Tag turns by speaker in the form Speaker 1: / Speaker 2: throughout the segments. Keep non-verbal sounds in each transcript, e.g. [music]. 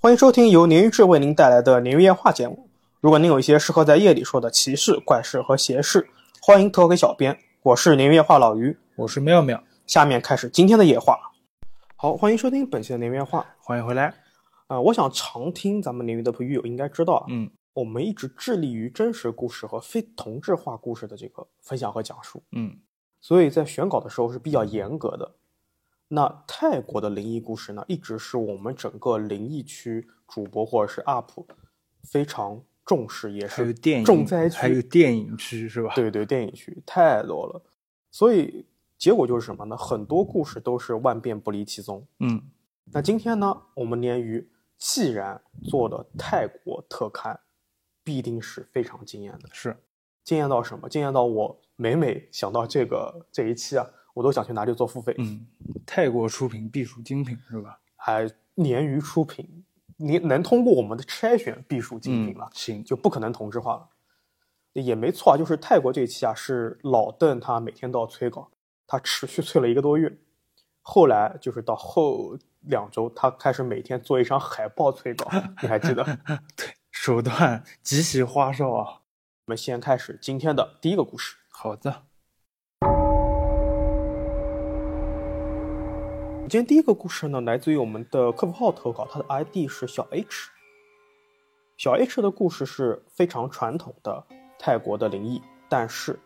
Speaker 1: 欢迎收听由鲶鱼志为您带来的鲶鱼夜话节目。如果您有一些适合在夜里说的奇事、怪事和邪事，欢迎投稿给小编。我是鲶鱼夜话老于，
Speaker 2: 我是妙妙，
Speaker 1: 下面开始今天的夜话。好，欢迎收听本期的鲶鱼夜话。
Speaker 2: 欢迎回来。
Speaker 1: 啊，我想常听咱们鲶鱼的鱼友应该知道啊，
Speaker 2: 嗯
Speaker 1: 我们一直致力于真实故事和非同质化故事的这个分享和讲述，
Speaker 2: 嗯
Speaker 1: 所以在选稿的时候是比较严格的。那泰国的灵异故事呢，一直是我们整个灵异区主播或者是 UP 非常重视，也
Speaker 2: 还有
Speaker 1: 是
Speaker 2: 电影，
Speaker 1: 重灾区
Speaker 2: 还有电影区是吧？，
Speaker 1: 对对电影区太多了。所以结果就是什么呢？很多故事都是万变不离其宗。
Speaker 2: 嗯
Speaker 1: 那今天呢，我们鲶鱼既然做了泰国特刊，必定是非常惊艳的。
Speaker 2: 是，
Speaker 1: 惊艳到什么？惊艳到我每每想到这个这一期啊，我都想去拿去做付费。
Speaker 2: 嗯，泰国出品必属精品是吧？
Speaker 1: 还鲶鱼出品，你能通过我们的筛选必属精品了
Speaker 2: 嗯，，行，
Speaker 1: 就不可能同质化了。也没错啊，就是泰国这一期啊，是老邓他每天都要催稿，他持续催了一个多月，后来就是到后两周，他开始每天做一张海报催稿，你还记
Speaker 2: [laughs]
Speaker 1: 得？我
Speaker 2: 手段极其花哨啊。
Speaker 1: 们先开始今天的第一个故事。
Speaker 2: 好的，
Speaker 1: 今天第一个故事呢，来自于我们的客服号投稿，他的 ID 是小 H。小 H 的故事是非常传统的泰国的灵异，但是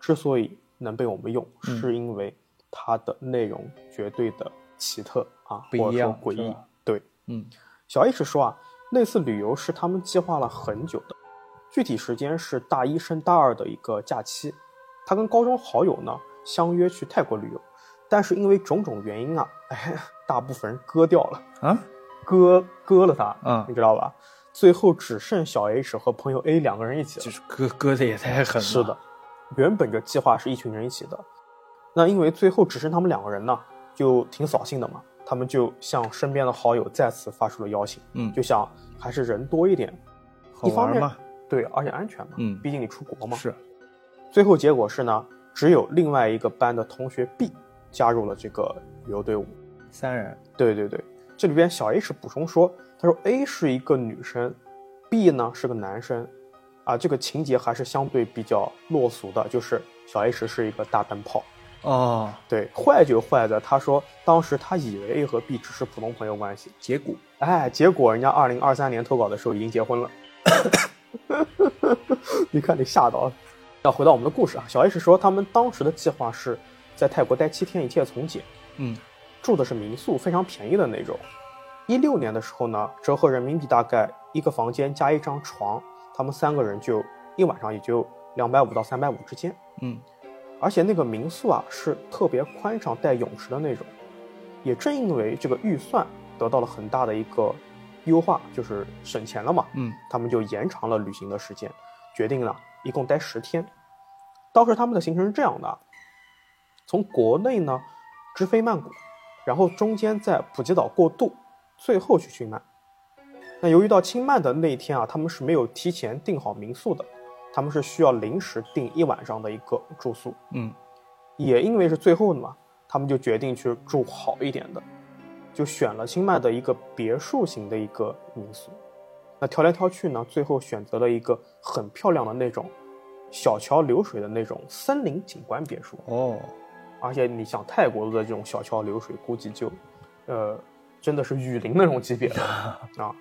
Speaker 1: 之所以能被我们用，
Speaker 2: 嗯
Speaker 1: 是因为它的内容绝对的奇特啊，
Speaker 2: 不一
Speaker 1: 或者说
Speaker 2: 样
Speaker 1: 诡
Speaker 2: 是
Speaker 1: 异
Speaker 2: 吧。
Speaker 1: 对，
Speaker 2: 嗯
Speaker 1: 小 H 说啊，那次旅游是他们计划了很久的，具体时间是大一升大二的一个假期。他跟高中好友呢相约去泰国旅游，但是因为种种原因啊，哎，大部分人割掉了，
Speaker 2: 啊
Speaker 1: 割割了他，
Speaker 2: 嗯
Speaker 1: 你知道吧？最后只剩小 H 和朋友 A 两个人一起了
Speaker 2: 就。是割割的也太狠了。
Speaker 1: 是的，，原本这计划是一群人一起的，那因为最后只剩他们两个人呢，就挺扫兴的嘛。他们就向身边的好友再次发出了邀请。
Speaker 2: 嗯，
Speaker 1: 就想还是人多一点，
Speaker 2: 好
Speaker 1: 一方
Speaker 2: 玩
Speaker 1: 面
Speaker 2: 嘛。
Speaker 1: 对，而且安全嘛，
Speaker 2: 嗯
Speaker 1: 毕竟你出国嘛。
Speaker 2: 是，
Speaker 1: 最后结果是呢，只有另外一个班的同学 B 加入了这个旅游队伍。
Speaker 2: 三人。
Speaker 1: 对对对，这里边小 H 补充说，他说 A 是一个女生，B 呢是个男生，啊，这个情节还是相对比较落俗的，就是小 H 是一个大灯泡。
Speaker 2: 哦，
Speaker 1: 对，坏就坏在他说当时他以为 A 和 B 只是普通朋友关系，
Speaker 2: 结果
Speaker 1: 哎，结果人家二零二三年投稿的时候已经结婚了。 [coughs] 你看你吓到了。要回到我们的故事啊，小 H 说他们当时的计划是在泰国待七天，一切从简，
Speaker 2: 嗯
Speaker 1: 住的是民宿，非常便宜的那种。一六年的时候呢，折合人民币大概一个房间加一张床，他们三个人就一晚上也就两百五到三百五之间。
Speaker 2: 嗯
Speaker 1: 而且那个民宿啊是特别宽敞带泳池的那种。也正因为这个预算得到了很大的一个优化，就是省钱了嘛，
Speaker 2: 嗯
Speaker 1: 他们就延长了旅行的时间，决定了一共待十天。当时他们的行程是这样的啊：从国内呢直飞曼谷，然后中间在普吉岛过渡，最后去清迈。那由于到清迈的那一天啊，他们是没有提前订好民宿的，他们是需要临时订一晚上的一个住宿。
Speaker 2: 嗯，
Speaker 1: 也因为是最后的嘛，他们就决定去住好一点的，就选了清迈的一个别墅型的一个民宿。那挑来挑去呢，最后选择了一个很漂亮的那种小桥流水的那种森林景观别墅。
Speaker 2: 哦，
Speaker 1: 而且你想泰国的这种小桥流水，估计就，呃，真的是雨林那种级
Speaker 2: [laughs]
Speaker 1: 别了啊。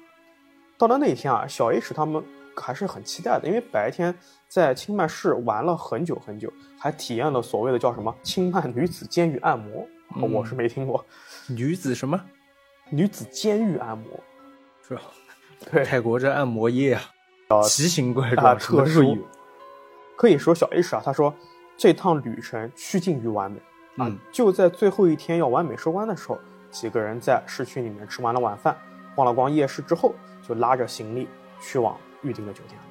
Speaker 1: 到了那一天啊，小 H 他们还是很期待的，因为白天在清迈市玩了很久很久，还体验了所谓的叫什么清迈女子监狱按摩，
Speaker 2: 嗯
Speaker 1: 我是没听过
Speaker 2: 女子什么？
Speaker 1: 女子监狱按摩，
Speaker 2: 是吧？
Speaker 1: 对，
Speaker 2: 泰国这按摩业啊，奇形怪
Speaker 1: 啊
Speaker 2: 状，什么
Speaker 1: 特
Speaker 2: 都
Speaker 1: 殊
Speaker 2: 有。
Speaker 1: 可以说小 H 啊，他说这趟旅程趋近于完美啊、
Speaker 2: 嗯
Speaker 1: 就在最后一天要完美收官的时候，几个人在市区里面吃完了晚饭，逛了逛夜市之后，就拉着行李去往预定的酒店了。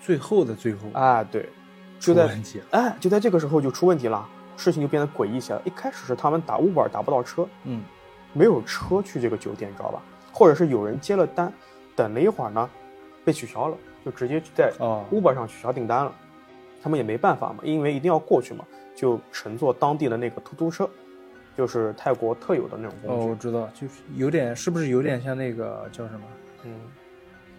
Speaker 2: 最后的最后，
Speaker 1: 哎，对，就
Speaker 2: 出
Speaker 1: 在
Speaker 2: 问题了。
Speaker 1: 哎，就在这个时候就出问题了，事情就变得诡异起来了。一开始是他们打 Uber 打不到车，
Speaker 2: 嗯
Speaker 1: 没有车去这个酒店，你知道吧？或者是有人接了单，等了一会儿呢，被取消了，就直接在
Speaker 2: 哦，
Speaker 1: Uber 上取消订单了，他们也没办法嘛，因为一定要过去嘛，就乘坐当地的那个突突车，就是泰国特有的那种
Speaker 2: 哦，
Speaker 1: 工
Speaker 2: 我
Speaker 1: 具。
Speaker 2: 知道，就是有点，是不是有点像那个叫什么
Speaker 1: 嗯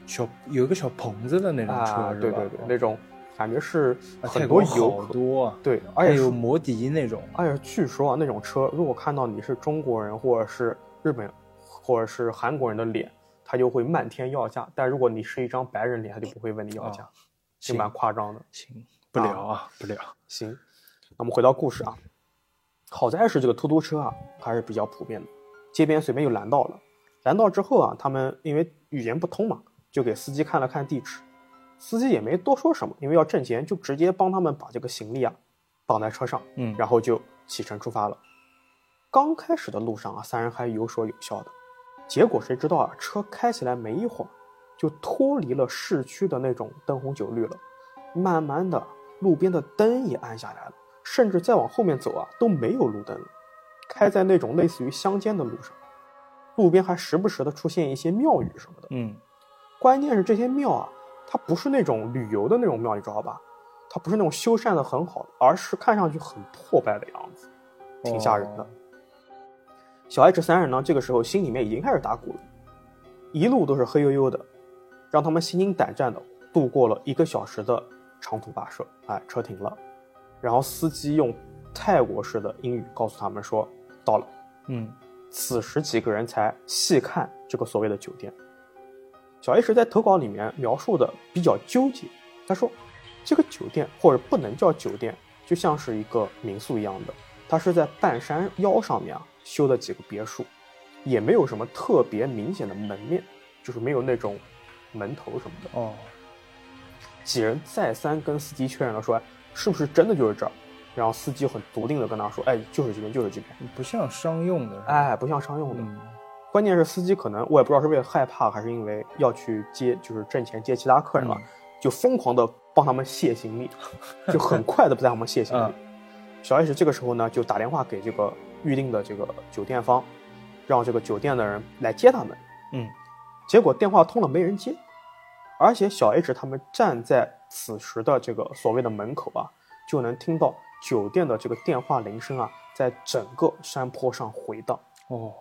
Speaker 2: 小有一个小棚子的那种车，
Speaker 1: 啊，
Speaker 2: 是
Speaker 1: 对
Speaker 2: 吧
Speaker 1: 对对
Speaker 2: 哦，
Speaker 1: 那种感觉是
Speaker 2: 啊
Speaker 1: 很
Speaker 2: 泰
Speaker 1: 多
Speaker 2: 国
Speaker 1: 游
Speaker 2: 好
Speaker 1: 客
Speaker 2: 多啊，
Speaker 1: 对，
Speaker 2: 还
Speaker 1: 而且
Speaker 2: 有
Speaker 1: 是
Speaker 2: 摩的那种，
Speaker 1: 而且据说啊，那种车如果看到你是中国人或者是日本或者是韩国人的脸，他就会漫天要价；但如果你是一张白人脸，他就不会问你要价，就
Speaker 2: 哦行
Speaker 1: 蛮夸张的。
Speaker 2: 行，不聊啊，不聊。
Speaker 1: 行，那我们回到故事啊。好在是这个突突车啊还是比较普遍的，街边随便就拦到了。拦到之后啊，他们因为语言不通嘛，就给司机看了看地址，司机也没多说什么，因为要挣钱，就直接帮他们把这个行李啊绑在车上，
Speaker 2: 嗯，
Speaker 1: 然后就启程出发了。刚开始的路上啊，三人还有说有笑的，结果谁知道啊，车开起来没一会儿，就脱离了市区的那种灯红酒绿了，慢慢的路边的灯也暗下来了，甚至再往后面走啊都没有路灯了，开在那种类似于乡间的路上，路边还时不时的出现一些庙宇什么的。
Speaker 2: 嗯，
Speaker 1: 关键是这些庙啊，它不是那种旅游的那种庙，你知道吧？它不是那种修缮的很好的，而是看上去很破败的样子，挺吓人的。
Speaker 2: 哦
Speaker 1: 小爱这三人呢，这个时候心里面已经开始打鼓了，一路都是黑黝黝的，让他们心惊胆战的度过了一个小时的长途跋涉。哎，车停了，然后司机用泰国式的英语告诉他们说到了。
Speaker 2: 嗯，
Speaker 1: 此时几个人才细看这个所谓的酒店。小 A 是在投稿里面描述的比较纠结，他说这个酒店或者不能叫酒店，就像是一个民宿一样的，它是在半山腰上面啊修的几个别墅，也没有什么特别明显的门面，就是没有那种门头什么的。
Speaker 2: 哦，
Speaker 1: 几人再三跟司机确认了说，哎是不是真的就是这儿？然后司机很笃定的跟他说，哎，就是这边，就是这边，
Speaker 2: 不像商用的，是吧，
Speaker 1: 哎，不像商用的。
Speaker 2: 嗯，
Speaker 1: 关键是司机可能我也不知道是为了害怕，还是因为要去接就是挣钱接其他客人嘛，
Speaker 2: 嗯
Speaker 1: 就疯狂的帮他们卸行李，就很快的不带他们卸行李。
Speaker 2: 嗯
Speaker 1: 小 S 这个时候呢就打电话给这个预定的这个酒店方，让这个酒店的人来接他们。
Speaker 2: 嗯，
Speaker 1: 结果电话通了没人接，而且小 H 他们站在此时的这个所谓的门口啊，就能听到酒店的这个电话铃声啊，在整个山坡上回荡。
Speaker 2: 哦，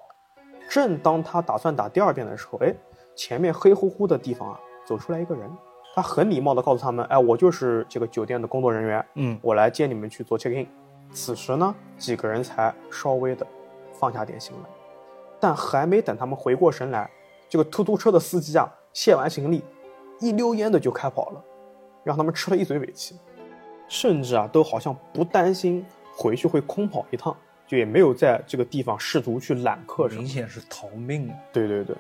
Speaker 1: 正当他打算打第二遍的时候，哎，前面黑乎乎的地方啊，走出来一个人，他很礼貌的告诉他们，哎，我就是这个酒店的工作人员，
Speaker 2: 嗯，
Speaker 1: 我来接你们去做 check in。此时呢，几个人才稍微的放下点心来，但还没等他们回过神来，这个突突车的司机啊，卸完行李，一溜烟的就开跑了，让他们吃了一嘴尾气，甚至啊，都好像不担心回去会空跑一趟，就也没有在这个地方试图去揽客什么
Speaker 2: 明
Speaker 1: 的。
Speaker 2: 显是逃命啊，
Speaker 1: 对对对，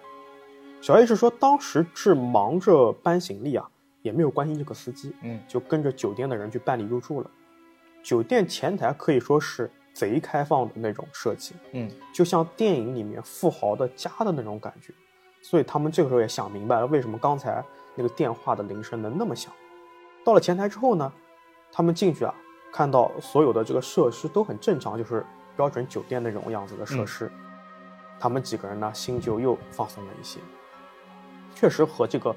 Speaker 1: 小 A 是说当时是忙着搬行李啊，也没有关心这个司机，
Speaker 2: 嗯，
Speaker 1: 就跟着酒店的人去办理入住了。酒店前台可以说是贼开放的那种设计，
Speaker 2: 嗯，
Speaker 1: 就像电影里面富豪的家的那种感觉，所以他们这个时候也想明白了为什么刚才那个电话的铃声能那么响。到了前台之后呢，他们进去啊，看到所有的这个设施都很正常，就是标准酒店那种样子的设施。他们几个人呢，心就又放松了一些。确实和这个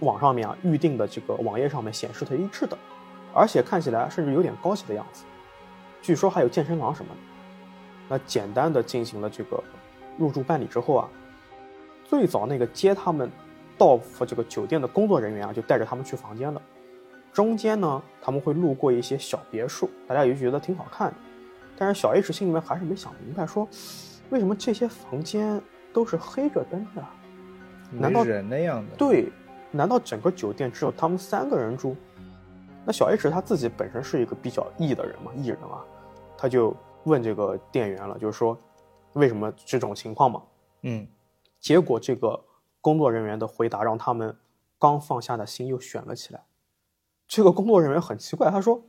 Speaker 1: 网上面啊预定的这个网页上面显示的一致的，而且看起来甚至有点高级的样子。据说还有健身房什么的。那简单的进行了这个入住办理之后啊，最早那个接他们到这个酒店的工作人员啊，就带着他们去房间了。中间呢，他们会路过一些小别墅，大家也就觉得挺好看的。但是小 H 心里面还是没想明白说，为什么这些房间都是黑着灯的啊？难
Speaker 2: 没
Speaker 1: 道
Speaker 2: 人那样的，，
Speaker 1: 对，难道整个酒店只有他们三个人住？那小 H 他自己本身是一个比较 E 的人嘛，艺人啊，他就问这个店员了，就是说为什么这种情况嘛？
Speaker 2: 嗯，
Speaker 1: 结果这个工作人员的回答让他们刚放下的心又悬了起来。这个工作人员很奇怪，他说：“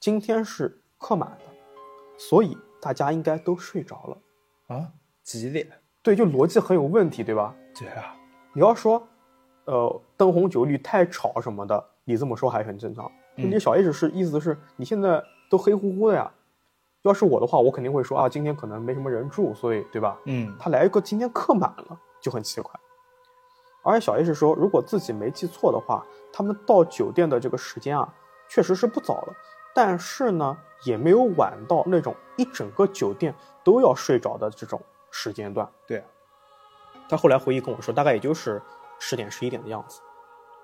Speaker 1: 今天是客满的，所以大家应该都睡着了。
Speaker 2: 啊，几点？”
Speaker 1: 对，就逻辑很有问题，对吧？
Speaker 2: 对啊，
Speaker 1: 你要说，呃，灯红酒绿、太吵什么的，你这么说还很正常。
Speaker 2: 嗯
Speaker 1: 你小 H 是意思是你现在都黑乎乎的呀。要是我的话，我肯定会说啊，今天可能没什么人住，所以对吧？
Speaker 2: 嗯，
Speaker 1: 他来一个今天客满了，就很奇怪。而且小 H 说，如果自己没记错的话，他们到酒店的这个时间啊，确实是不早了，但是呢，也没有晚到那种一整个酒店都要睡着的这种时间段。
Speaker 2: 对啊，
Speaker 1: 他后来回忆跟我说，大概也就是十点十一点的样子。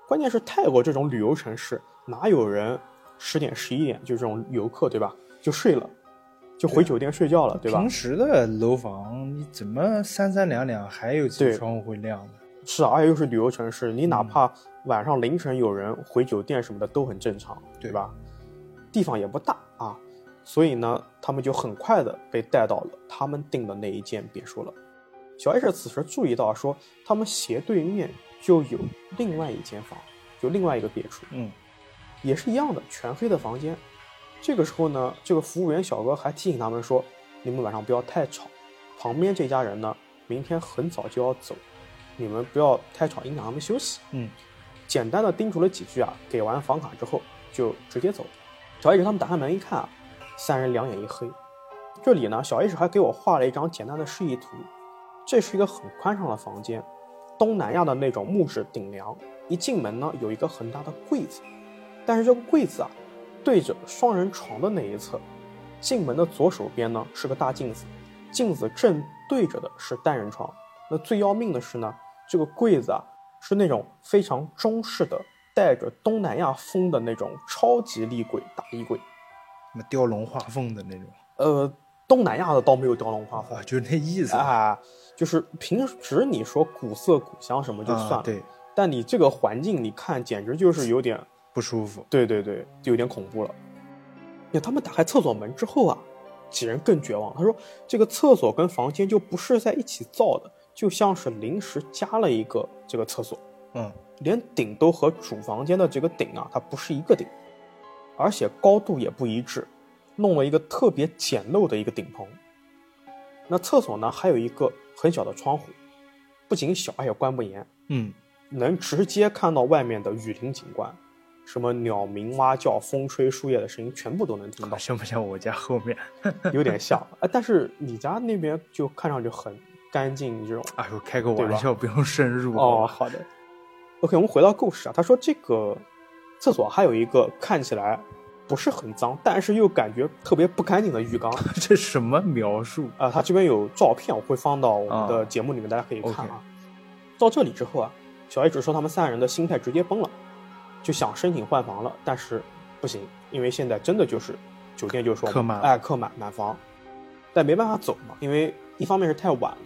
Speaker 1: 关键是泰国这种旅游城市，哪有人十点十一点就这种游客对吧？就睡了，就回酒店睡觉了，对吧
Speaker 2: 平？时的楼房你怎么三三两两还有几
Speaker 1: 对
Speaker 2: 个窗户会亮的？
Speaker 1: 是啊，而且又是旅游城市，你哪怕晚上凌晨有人回酒店什么的都很正常，对吧？地方也不大啊，所以呢，他们就很快的被带到了他们订的那一间别墅了。小 S 此时注意到说，他们斜对面就有另外一间房，就另外一个别墅，
Speaker 2: 嗯，
Speaker 1: 也是一样的，全黑的房间。这个时候呢，这个服务员小哥还提醒他们说：“你们晚上不要太吵，旁边这家人呢，明天很早就要走，你们不要太吵，影响他们休息。”
Speaker 2: 嗯，
Speaker 1: 简单的叮嘱了几句啊，给完房卡之后就直接走。小 H 他们打开门一看啊，三人两眼一黑。这里呢，小 H 还给我画了一张简单的示意图，这是一个很宽敞的房间，东南亚的那种木质顶梁。一进门呢，有一个很大的柜子，但是这个柜子啊，对着双人床的那一侧。进门的左手边呢是个大镜子，镜子正对着的是单人床。那最要命的是呢，这个柜子啊是那种非常中式的，带着东南亚风的那种超级立柜大衣柜。
Speaker 2: 什么雕龙画凤的那种
Speaker 1: 呃，东南亚的倒没有雕龙画凤
Speaker 2: 啊，就是那意思
Speaker 1: 啊，就是平时你说古色古香什么就算了，
Speaker 2: 啊对，
Speaker 1: 但你这个环境你看简直就是有点
Speaker 2: 不舒服。
Speaker 1: 对对对，就有点恐怖了。那他们打开厕所门之后啊，几人更绝望。他说，这个厕所跟房间就不是在一起造的，就像是临时加了一个这个厕所，
Speaker 2: 嗯，
Speaker 1: 连顶都和主房间的这个顶啊，它不是一个顶，而且高度也不一致，弄了一个特别简陋的一个顶棚。那厕所呢，还有一个很小的窗户，不仅小，而且关不严。
Speaker 2: 嗯，
Speaker 1: 能直接看到外面的雨林景观，什么鸟鸣、蛙叫、风吹树叶的声音，全部都能听到
Speaker 2: 好，像不像我家后面？
Speaker 1: 有点像。哎，但是你家那边就看上去很干净这种。
Speaker 2: 哎呦，开个
Speaker 1: 对吧
Speaker 2: 玩笑，不用深入。
Speaker 1: 哦，
Speaker 2: 好吧
Speaker 1: 好的。OK，我们回到故事啊，他说这个厕所还有一个看起来不是很脏，但是又感觉特别不干净的浴缸啊、
Speaker 2: [laughs] 这什么描述？
Speaker 1: 他这边有照片，我会放到我们的
Speaker 2: 啊
Speaker 1: 节目里面，大家可以看啊。到这里之后啊，小 H 说他们三人的心态直接崩了，就想申请换房了，但是不行，因为现在真的就是酒店就说
Speaker 2: 客满
Speaker 1: 哎，客满满房，但没办法走嘛，因为一方面是太晚了，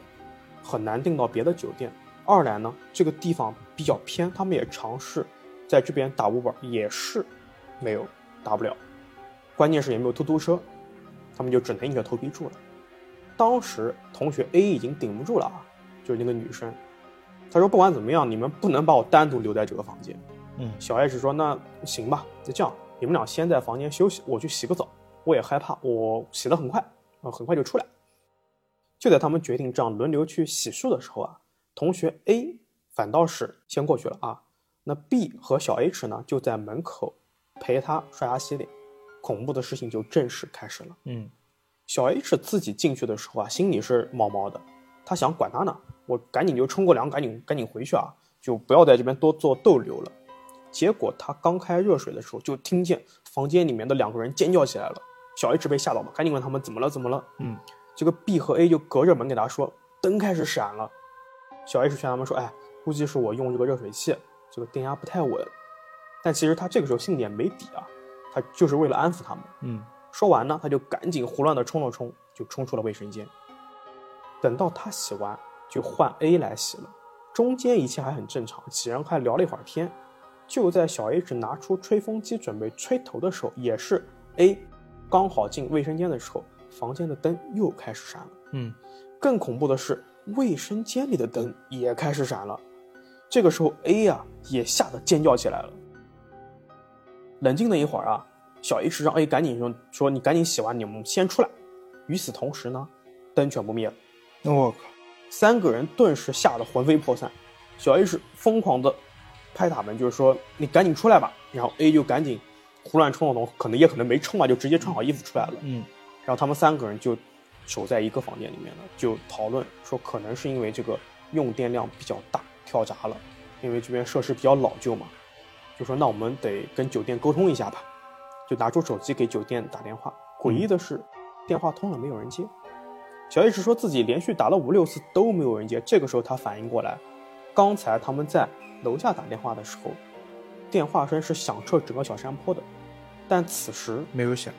Speaker 1: 很难订到别的酒店；二来呢，这个地方比较偏，他们也尝试在这边打 Uber，也是没有打不了，关键是也没有突突车，他们就只能硬着头皮住了。当时同学 A 已经顶不住了啊，就是那个女生，她说不管怎么样，你们不能把我单独留在这个房间。
Speaker 2: 嗯
Speaker 1: 小 H 说那行吧，那这样你们俩先在房间休息，我去洗个澡。我也害怕，我洗得很快，啊，很快就出来。就在他们决定这样轮流去洗漱的时候啊，同学 A 反倒是先过去了啊，那 B 和小 H 呢就在门口陪他刷牙洗脸。恐怖的事情就正式开始了。
Speaker 2: 嗯，
Speaker 1: 小 H 自己进去的时候啊，心里是毛毛的，他想管他呢，我赶紧就冲个凉，赶紧赶紧回去啊，就不要在这边多做逗留了。结果他刚开热水的时候，就听见房间里面的两个人尖叫起来了。小 H 被吓到了，赶紧问他们怎么了，怎么了？
Speaker 2: 嗯，
Speaker 1: 这个 B 和 A 就隔着门给他说，灯开始闪了。小 H 劝他们说，哎，估计是我用这个热水器，这个电压不太稳。但其实他这个时候心里也没底啊，他就是为了安抚他们。
Speaker 2: 嗯，
Speaker 1: 说完呢，他就赶紧胡乱的冲了冲，就冲出了卫生间。等到他洗完，就换 A 来洗了。中间一切还很正常，几人还聊了一会儿天。就在小 H 拿出吹风机准备吹头的时候，也是 A 刚好进卫生间的时候，房间的灯又开始闪了。
Speaker 2: 嗯，
Speaker 1: 更恐怖的是，卫生间里的灯也开始闪了。这个时候，A 啊也吓得尖叫起来了。冷静了一会儿啊，小 H 让 A 赶紧说：“说你赶紧洗完，你们先出来。”与此同时呢，灯全部灭了，
Speaker 2: 那我靠，
Speaker 1: 三个人顿时吓得魂飞魄散。小 H 疯狂的拍打门，就是说：“你赶紧出来吧！”然后 A 就赶紧胡乱冲了冲，可能也可能没冲啊吧，就直接穿好衣服出来了。
Speaker 2: 嗯，
Speaker 1: 然后他们三个人就守在一个房间里面了，就讨论说，可能是因为这个用电量比较大，跳闸了，因为这边设施比较老旧嘛，就说那我们得跟酒店沟通一下吧，就拿出手机给酒店打电话。诡异的是，电话通了没有人接。小 H 说自己连续打了五六次都没有人接，这个时候他反应过来，刚才他们在楼下打电话的时候，电话声是响彻整个小山坡的，但此时
Speaker 2: 没有响。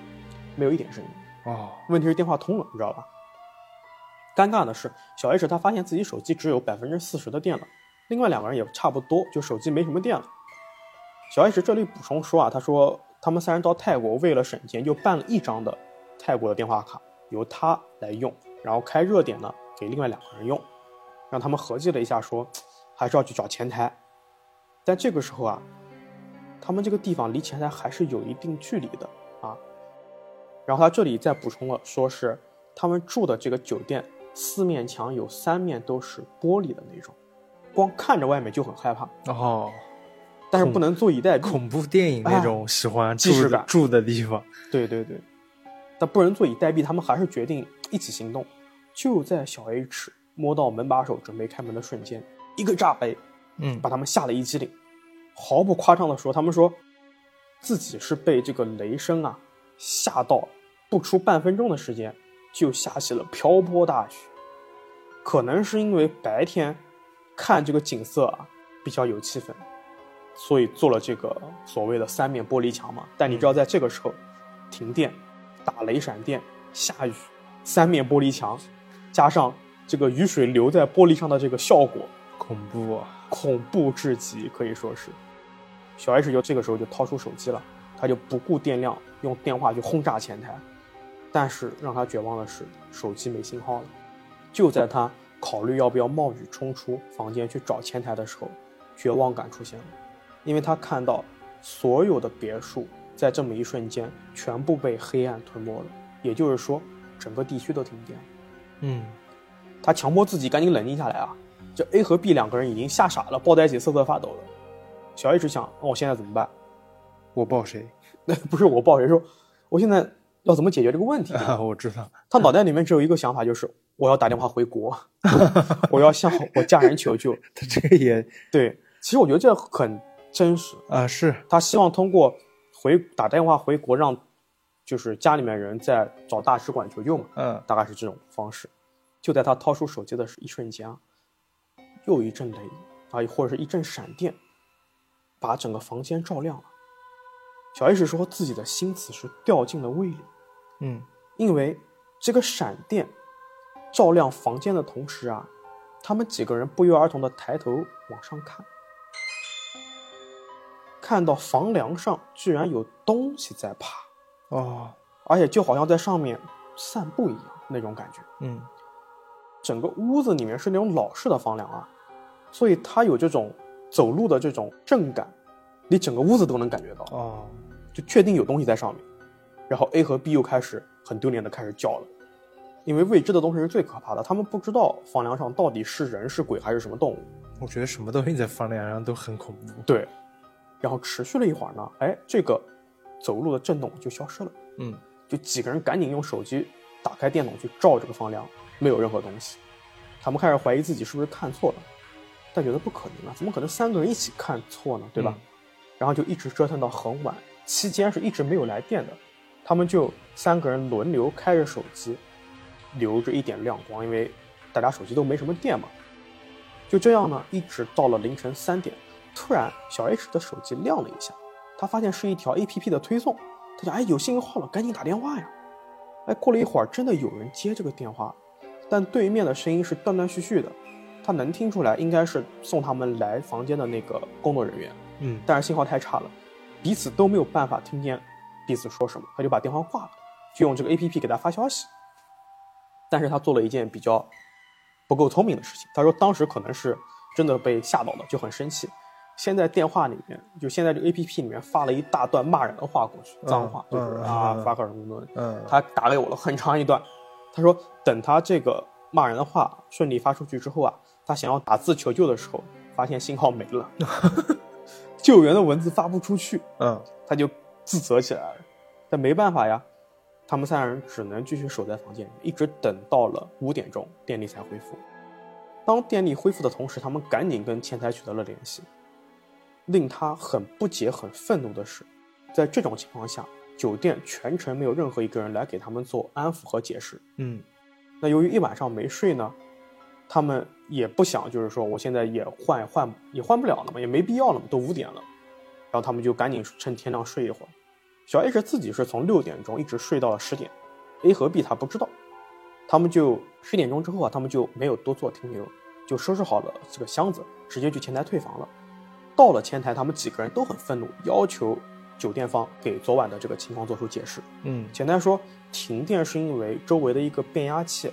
Speaker 1: 没有一点声音。
Speaker 2: 哦，
Speaker 1: 问题是电话通了，你知道吧？尴尬的是，小 H 他发现自己手机只有百分之四十的电了，另外两个人也差不多，就手机没什么电了。小 H 这里补充说啊，他说他们三人到泰国为了省钱，就办了一张的泰国的电话卡，由他来用，然后开热点呢给另外两个人用，让他们合计了一下说，还是要去找前台。但这个时候啊，他们这个地方离前台还是有一定距离的啊，然后他这里再补充了，说是他们住的这个酒店四面墙有三面都是玻璃的那种，光看着外面就很害怕，
Speaker 2: 哦，啊
Speaker 1: 但是不能坐以待毙。
Speaker 2: 恐怖电影那种喜欢
Speaker 1: 既视
Speaker 2: 住的、
Speaker 1: 感
Speaker 2: 住的地方。
Speaker 1: 对对对，但不能坐以待毙，他们还是决定一起行动。就在小 H 摸到门把手准备开门的瞬间，一个炸杯
Speaker 2: 嗯，
Speaker 1: 把他们吓了一激灵。毫不夸张的说，他们说自己是被这个雷声啊吓到，不出半分钟的时间就下起了瓢泼大雪。可能是因为白天看这个景色啊比较有气氛，所以做了这个所谓的三面玻璃墙嘛。但你知道，在这个时候，停电、打雷闪电、下雨，三面玻璃墙，加上这个雨水流在玻璃上的这个效果，
Speaker 2: 恐怖啊！
Speaker 1: 恐怖至极，可以说是。小 H 就这个时候就掏出手机了，他就不顾电量，用电话去轰炸前台。但是让他绝望的是，手机没信号了。就在他考虑要不要冒雨冲出房间去找前台的时候，绝望感出现了，因为他看到所有的别墅在这么一瞬间全部被黑暗吞没了，也就是说，整个地区都停电了。
Speaker 2: 嗯，
Speaker 1: 他强迫自己赶紧冷静下来啊。这 A 和 B 两个人已经吓傻了，抱在一起瑟瑟发抖了。小 H 想，那、我现在怎么办？ [laughs]
Speaker 2: 我抱谁
Speaker 1: 那不是我抱谁说，我现在要怎么解决这个问
Speaker 2: [laughs]
Speaker 1: 题？
Speaker 2: [laughs] 啊？我知道。
Speaker 1: 他脑袋里面只有一个想法，就是我要打电话回国， [laughs] 我要向我家人求救。
Speaker 2: 他这个也
Speaker 1: 对，其实我觉得这很真实。
Speaker 2: 啊是，
Speaker 1: 他希望通过回打电话回国，让就是家里面人在找大使馆求救嘛。
Speaker 2: 嗯，
Speaker 1: 大概是这种方式。就在他掏出手机的一瞬间啊，又一阵雷啊，或者是一阵闪电，把整个房间照亮了。小 H 说自己的心此时掉进了胃里，
Speaker 2: 嗯，
Speaker 1: 因为这个闪电照亮房间的同时啊，他们几个人不约而同的抬头往上看，看到房梁上居然有东西在爬，
Speaker 2: 哦，
Speaker 1: 而且就好像在上面散步一样那种感觉。
Speaker 2: 嗯，
Speaker 1: 整个屋子里面是那种老式的房梁啊，所以它有这种走路的这种震感，你整个屋子都能感觉到，
Speaker 2: 哦，
Speaker 1: 就确定有东西在上面。然后 A 和 B 又开始很丢脸的开始叫了，因为未知的东西是最可怕的，他们不知道房梁上到底是人是鬼还是什么动物。
Speaker 2: 我觉得什么东西在房梁上都很恐怖。
Speaker 1: 对，然后持续了一会儿呢，哎，这个走路的震动就消失了。
Speaker 2: 嗯，
Speaker 1: 就几个人赶紧用手机打开电脑去照这个房梁，没有任何东西。他们开始怀疑自己是不是看错了，但觉得不可能啊，怎么可能三个人一起看错呢？对吧？
Speaker 2: 嗯
Speaker 1: 然后就一直折腾到很晚，期间是一直没有来电的。他们就三个人轮流开着手机，留着一点亮光，因为大家手机都没什么电嘛。就这样呢，一直到了凌晨三点，突然小 H 的手机亮了一下，他发现是一条 APP 的推送，他想，哎，有信号了，赶紧打电话呀！哎，过了一会儿，真的有人接这个电话，但对面的声音是断断续续的，他能听出来应该是送他们来房间的那个工作人员，
Speaker 2: 嗯，
Speaker 1: 但是信号太差了，彼此都没有办法听见彼此说什么，他就把电话挂了，就用这个 APP 给他发消息。但是他做了一件比较不够聪明的事情，他说当时可能是真的被吓到了，就很生气。先在电话里面，就现在这个 A P P 里面发了一大段骂人的话过去，
Speaker 2: 嗯
Speaker 1: 脏话就是
Speaker 2: 嗯
Speaker 1: 啊
Speaker 2: 嗯，嗯
Speaker 1: 发个什么东西。
Speaker 2: 嗯，
Speaker 1: 他打给我了很长一段，他说等他这个骂人的话顺利发出去之后啊，他想要打字求救的时候，发现信号没了， [laughs] 救援的文字发不出去，
Speaker 2: 嗯，
Speaker 1: 他就自责起来了。但没办法呀，他们三人只能继续守在房间里，一直等到了五点钟，电力才恢复。当电力恢复的同时，他们赶紧跟前台取得了联系。令他很不解、很愤怒的是，在这种情况下，酒店全程没有任何一个人来给他们做安抚和解释。
Speaker 2: 嗯，
Speaker 1: 那由于一晚上没睡呢，他们也不想就是说我现在也换也换也换不了了嘛，也没必要了嘛，都五点了。然后他们就赶紧趁天亮睡一会儿。小 H 自己是从六点钟一直睡到了十点，A 和 B 他不知道。他们就十点钟之后啊，他们就没有多做停留，就收拾好了这个箱子，直接去前台退房了。到了前台，他们几个人都很愤怒，要求酒店方给昨晚的这个情况做出解释。
Speaker 2: 嗯
Speaker 1: 简单说，停电是因为周围的一个变压器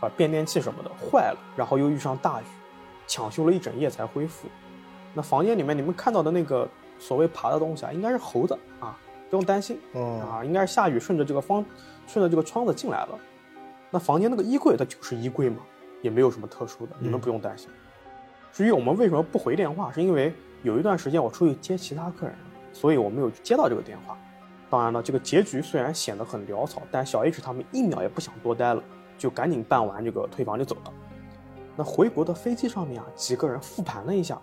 Speaker 1: 啊、变电器什么的坏了，然后又遇上大雨，抢修了一整夜才恢复。那房间里面你们看到的那个所谓爬的东西啊，应该是猴子啊，不用担心
Speaker 2: 哦，
Speaker 1: 啊，应该是下雨顺着这个方顺着这个窗子进来了。那房间那个衣柜它就是衣柜嘛，也没有什么特殊的，你们
Speaker 2: 嗯
Speaker 1: 不用担心。至于我们为什么不回电话，是因为有一段时间我出去接其他客人，所以我没有接到这个电话。当然了，这个结局虽然显得很潦草，但小 H 他们一秒也不想多待了，就赶紧办完这个退房就走了。那回国的飞机上面啊，几个人复盘了一下，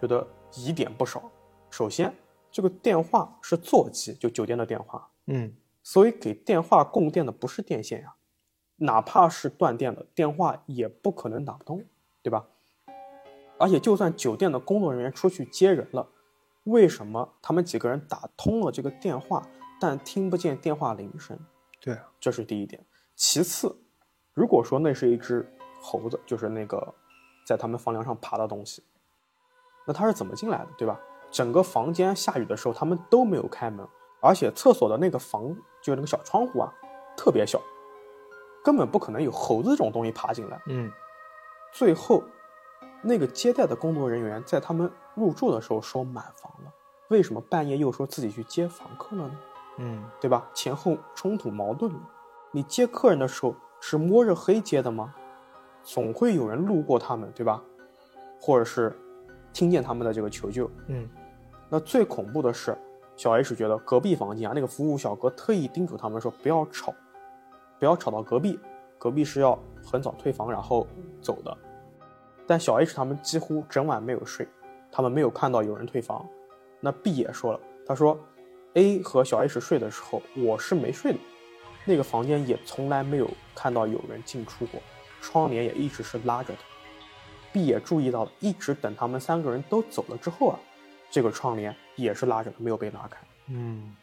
Speaker 1: 觉得疑点不少。首先，这个电话是座机，就酒店的电话，
Speaker 2: 嗯
Speaker 1: 所以给电话供电的不是电线呀、哪怕是断电了，电话也不可能打不通，对吧？而且就算酒店的工作人员出去接人了，为什么他们几个人打通了这个电话，但听不见电话铃声？
Speaker 2: 对，啊
Speaker 1: 这是第一点。其次，如果说那是一只猴子，就是那个在他们房梁上爬的东西，那它是怎么进来的，对吧？整个房间下雨的时候，他们都没有开门，而且厕所的那个房就那个小窗户啊，特别小，根本不可能有猴子这种东西爬进来。
Speaker 2: 嗯
Speaker 1: 最后，那个接待的工作人员在他们入住的时候说满房了，为什么半夜又说自己去接房客了呢？
Speaker 2: 嗯
Speaker 1: 对吧？前后冲突矛盾了。你接客人的时候是摸着黑接的吗？总会有人路过他们，对吧？或者是听见他们的这个求救。
Speaker 2: 嗯
Speaker 1: 那最恐怖的是，小 H 觉得隔壁房间啊，那个服务小哥特意叮嘱他们说不要吵，不要吵到隔壁，隔壁是要很早退房然后走的。但小 H 他们几乎整晚没有睡，他们没有看到有人退房。那 B 也说了，他说 A 和小 H 睡的时候我是没睡的，那个房间也从来没有看到有人进出过，窗帘也一直是拉着的。B 也注意到了，一直等他们三个人都走了之后啊，这个窗帘也是拉着的，没有被拉开。
Speaker 2: 嗯，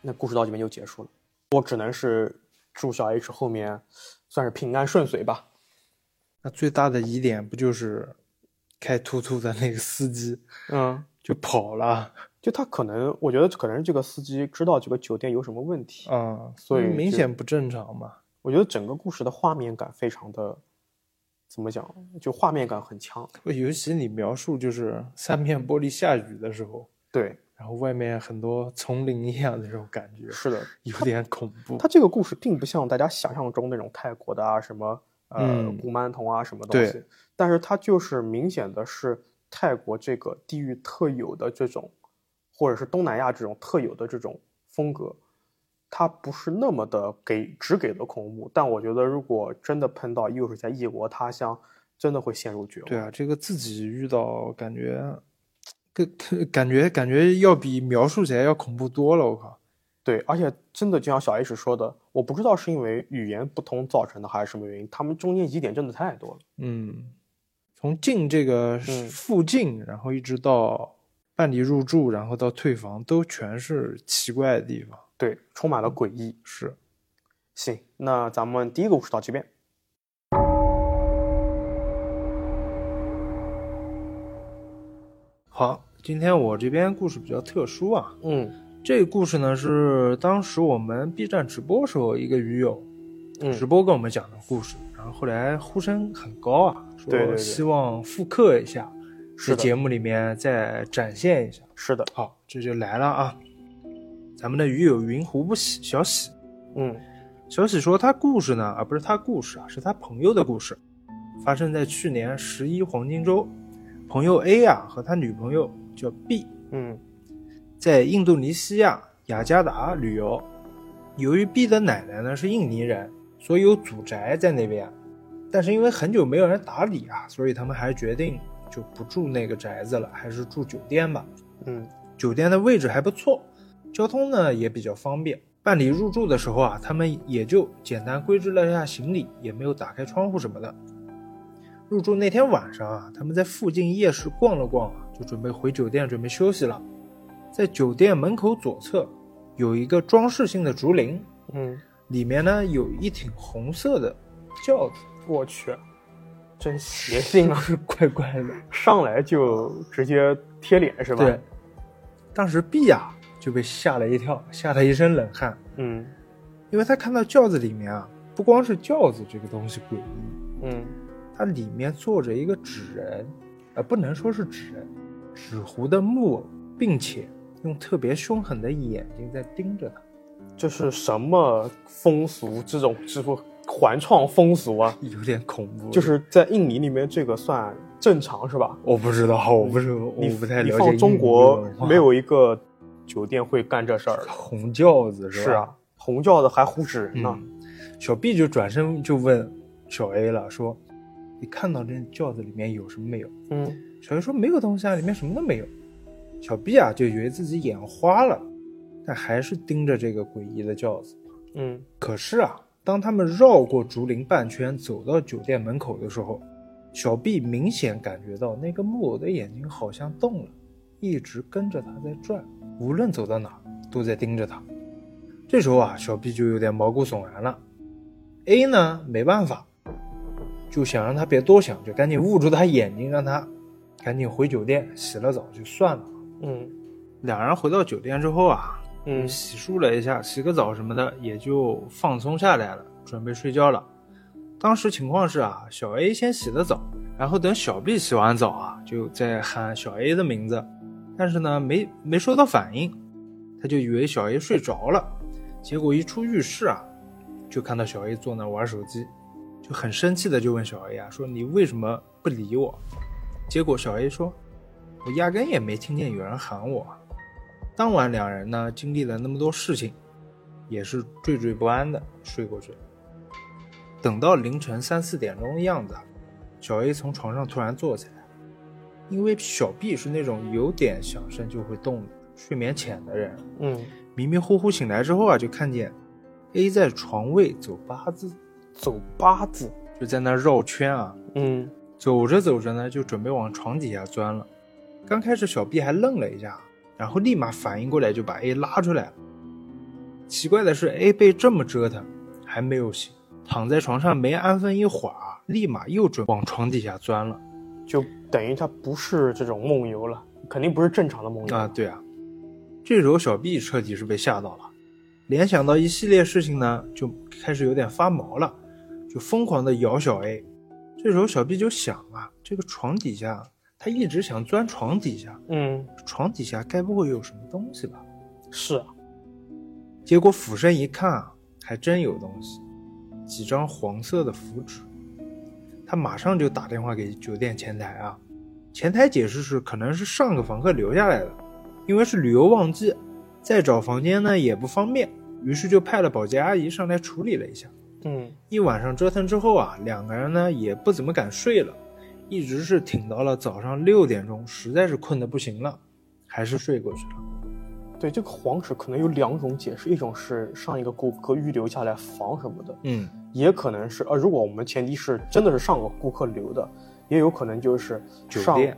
Speaker 1: 那故事到这边就结束了。我只能是祝小 H 后面算是平安顺遂吧。
Speaker 2: 那最大的疑点不就是开突突的那个司机 [laughs]
Speaker 1: 嗯，
Speaker 2: 就跑了？
Speaker 1: 就他可能，我觉得可能这个司机知道这个酒店有什么问题。
Speaker 2: 嗯，
Speaker 1: 所以
Speaker 2: 明
Speaker 1: 就
Speaker 2: 显不正常嘛。
Speaker 1: 我觉得整个故事的画面感非常的，怎么讲，就画面感很强。
Speaker 2: 尤其你描述就是三面玻璃下雨的时候，
Speaker 1: 对，
Speaker 2: 然后外面很多丛林一样的那种感觉，
Speaker 1: 是的，
Speaker 2: 有点恐怖。
Speaker 1: 它这个故事并不像大家想象中那种泰国的啊，什么呃
Speaker 2: 嗯
Speaker 1: 古曼童啊什么东西
Speaker 2: 对，
Speaker 1: 但是它就是明显的是泰国这个地域特有的这种，或者是东南亚这种特有的这种风格，它不是那么的给只给了恐怖，但我觉得如果真的碰到又是在异国他乡，真的会陷入绝望。
Speaker 2: 对啊，这个自己遇到感觉，跟跟感觉感觉要比描述起来要恐怖多了。我靠，
Speaker 1: 对，而且真的就像小 H 说的，我不知道是因为语言不通造成的还是什么原因，他们中间疑点真的太多了。
Speaker 2: 嗯，从进这个
Speaker 1: 嗯
Speaker 2: 附近，然后一直到办理入住，然后到退房，都全是奇怪的地方。
Speaker 1: 对，充满了诡异。
Speaker 2: 是，
Speaker 1: 行，那咱们第一个故事到这边。
Speaker 2: 好，今天我这边故事比较特殊啊。
Speaker 1: 嗯
Speaker 2: 这个故事呢是当时我们 B 站直播时候一个鱼友
Speaker 1: 嗯
Speaker 2: 直播跟我们讲的故事，然后后来呼声很高啊，
Speaker 1: 对对
Speaker 2: 说
Speaker 1: 对
Speaker 2: 希望复刻一下，
Speaker 1: 是
Speaker 2: 在
Speaker 1: 的
Speaker 2: 节目里面再展现一下。
Speaker 1: 是的，
Speaker 2: 好，这就来了啊，咱们的鱼友云湖不喜小喜，
Speaker 1: 嗯
Speaker 2: 小喜说他故事呢啊不是他故事啊，是他朋友的故事，发生在去年十一黄金周，朋友 A 啊和他女朋友叫 B
Speaker 1: 嗯
Speaker 2: 在印度尼西亚雅加达旅游。由于 B 的奶奶呢是印尼人，所以有祖宅在那边，但是因为很久没有人打理啊，所以他们还决定就不住那个宅子了，还是住酒店吧。
Speaker 1: 嗯
Speaker 2: 酒店的位置还不错，交通呢也比较方便。办理入住的时候啊，他们也就简单规置了一下行李，也没有打开窗户什么的。入住那天晚上啊，他们在附近夜市逛了逛啊，就准备回酒店准备休息了。在酒店门口左侧有一个装饰性的竹林，
Speaker 1: 嗯，
Speaker 2: 里面呢有一挺红色的轿子，
Speaker 1: 我去，真邪性啊！
Speaker 2: 是 [laughs] 怪怪的。
Speaker 1: 上来就直接贴脸是吧？
Speaker 2: 对，，当时碧雅就被吓了一跳，吓得一身冷汗，
Speaker 1: 嗯
Speaker 2: 因为她看到轿子里面啊，不光是轿子这个东西诡异，
Speaker 1: 嗯，
Speaker 2: 它里面坐着一个纸人，呃，不能说是纸人，纸糊的木偶，并且用特别凶狠的眼睛在盯着她。
Speaker 1: 这是什么风俗？这种这不环创风俗啊？
Speaker 2: 有点恐怖，
Speaker 1: 就是在印尼里面，这个算正常是吧？
Speaker 2: 我不知道，我不是，我
Speaker 1: 你
Speaker 2: 不太
Speaker 1: 你
Speaker 2: 了解
Speaker 1: 放
Speaker 2: 印
Speaker 1: 中
Speaker 2: 尼
Speaker 1: 国
Speaker 2: 文化
Speaker 1: 没有一个酒店会干这事儿的。
Speaker 2: 红轿子 [laughs] 是吧？
Speaker 1: 是啊，红轿子还唬纸人呢。
Speaker 2: 嗯，小 B 就转身就问小 A 了，说：“你看到这轿子里面有什么没有
Speaker 1: 嗯？”
Speaker 2: 小 A 说：“没有东西啊，里面什么都没有。”小 B 啊就以为自己眼花了，但还是盯着这个诡异的轿子。
Speaker 1: 嗯
Speaker 2: 可是啊，当他们绕过竹林半圈，走到酒店门口的时候，小 B 明显感觉到那个木偶的眼睛好像动了，一直跟着他在转，无论走到哪儿都在盯着他。这时候啊，小 B 就有点毛骨悚然了。A 呢，没办法，就想让他别多想，就赶紧捂住他眼睛，让他赶紧回酒店洗了澡就算了。
Speaker 1: 嗯
Speaker 2: 两人回到酒店之后啊，
Speaker 1: 嗯
Speaker 2: 洗漱了一下，洗个澡什么的，也就放松下来了，准备睡觉了。当时情况是啊，小 A 先洗的澡，然后等小 B 洗完澡啊，就在喊小 A 的名字，但是呢，没没收到反应，他就以为小 A 睡着了，结果一出浴室啊，就看到小 A 坐那玩手机，就很生气的就问小 A 啊，说你为什么不理我？结果小 A 说，我压根也没听见有人喊我啊。当晚两人呢经历了那么多事情，也是惴惴不安的睡过去了。等到凌晨三四点钟的样子啊，小 A 从床上突然坐起来，因为小 B 是那种有点响声就会动的睡眠浅的人，
Speaker 1: 嗯，
Speaker 2: 迷迷糊糊醒来之后啊，就看见 A 在床位走八字，
Speaker 1: 走八字。
Speaker 2: 就在那儿绕圈啊，
Speaker 1: 嗯
Speaker 2: 走着走着呢，就准备往床底下钻了。刚开始小 B 还愣了一下，然后立马反应过来，就把 A 拉出来了。奇怪的是，A 被这么折腾还没有醒，躺在床上没安分一会儿啊，立马又准往床底下钻了。
Speaker 1: 就等于他不是这种梦游了，肯定不是正常的梦游
Speaker 2: 啊，。对啊，这时候小 B 彻底是被吓到了，联想到一系列事情呢，就开始有点发毛了，就疯狂的咬小 A。这时候小 B 就想啊，这个床底下，他一直想钻床底下，
Speaker 1: 嗯，
Speaker 2: 床底下该不会有什么东西吧？
Speaker 1: 是啊，
Speaker 2: 结果俯身一看啊，还真有东西，几张黄色的符纸。他马上就打电话给酒店前台啊，前台解释是可能是上个房客留下来的，因为是旅游旺季，再找房间呢也不方便，于是就派了保洁阿姨上来处理了一下。
Speaker 1: 嗯
Speaker 2: 一晚上折腾之后啊，两个人呢也不怎么敢睡了，一直是挺到了早上六点钟，实在是困得不行了，还是睡过去了。
Speaker 1: 对，这个黄纸可能有两种解释，一种是上一个顾客预留下来防什么的，
Speaker 2: 嗯，
Speaker 1: 也可能是呃，如果我们前提是真的是上个顾客留的，也有可能就是
Speaker 2: 酒
Speaker 1: 上。
Speaker 2: 店，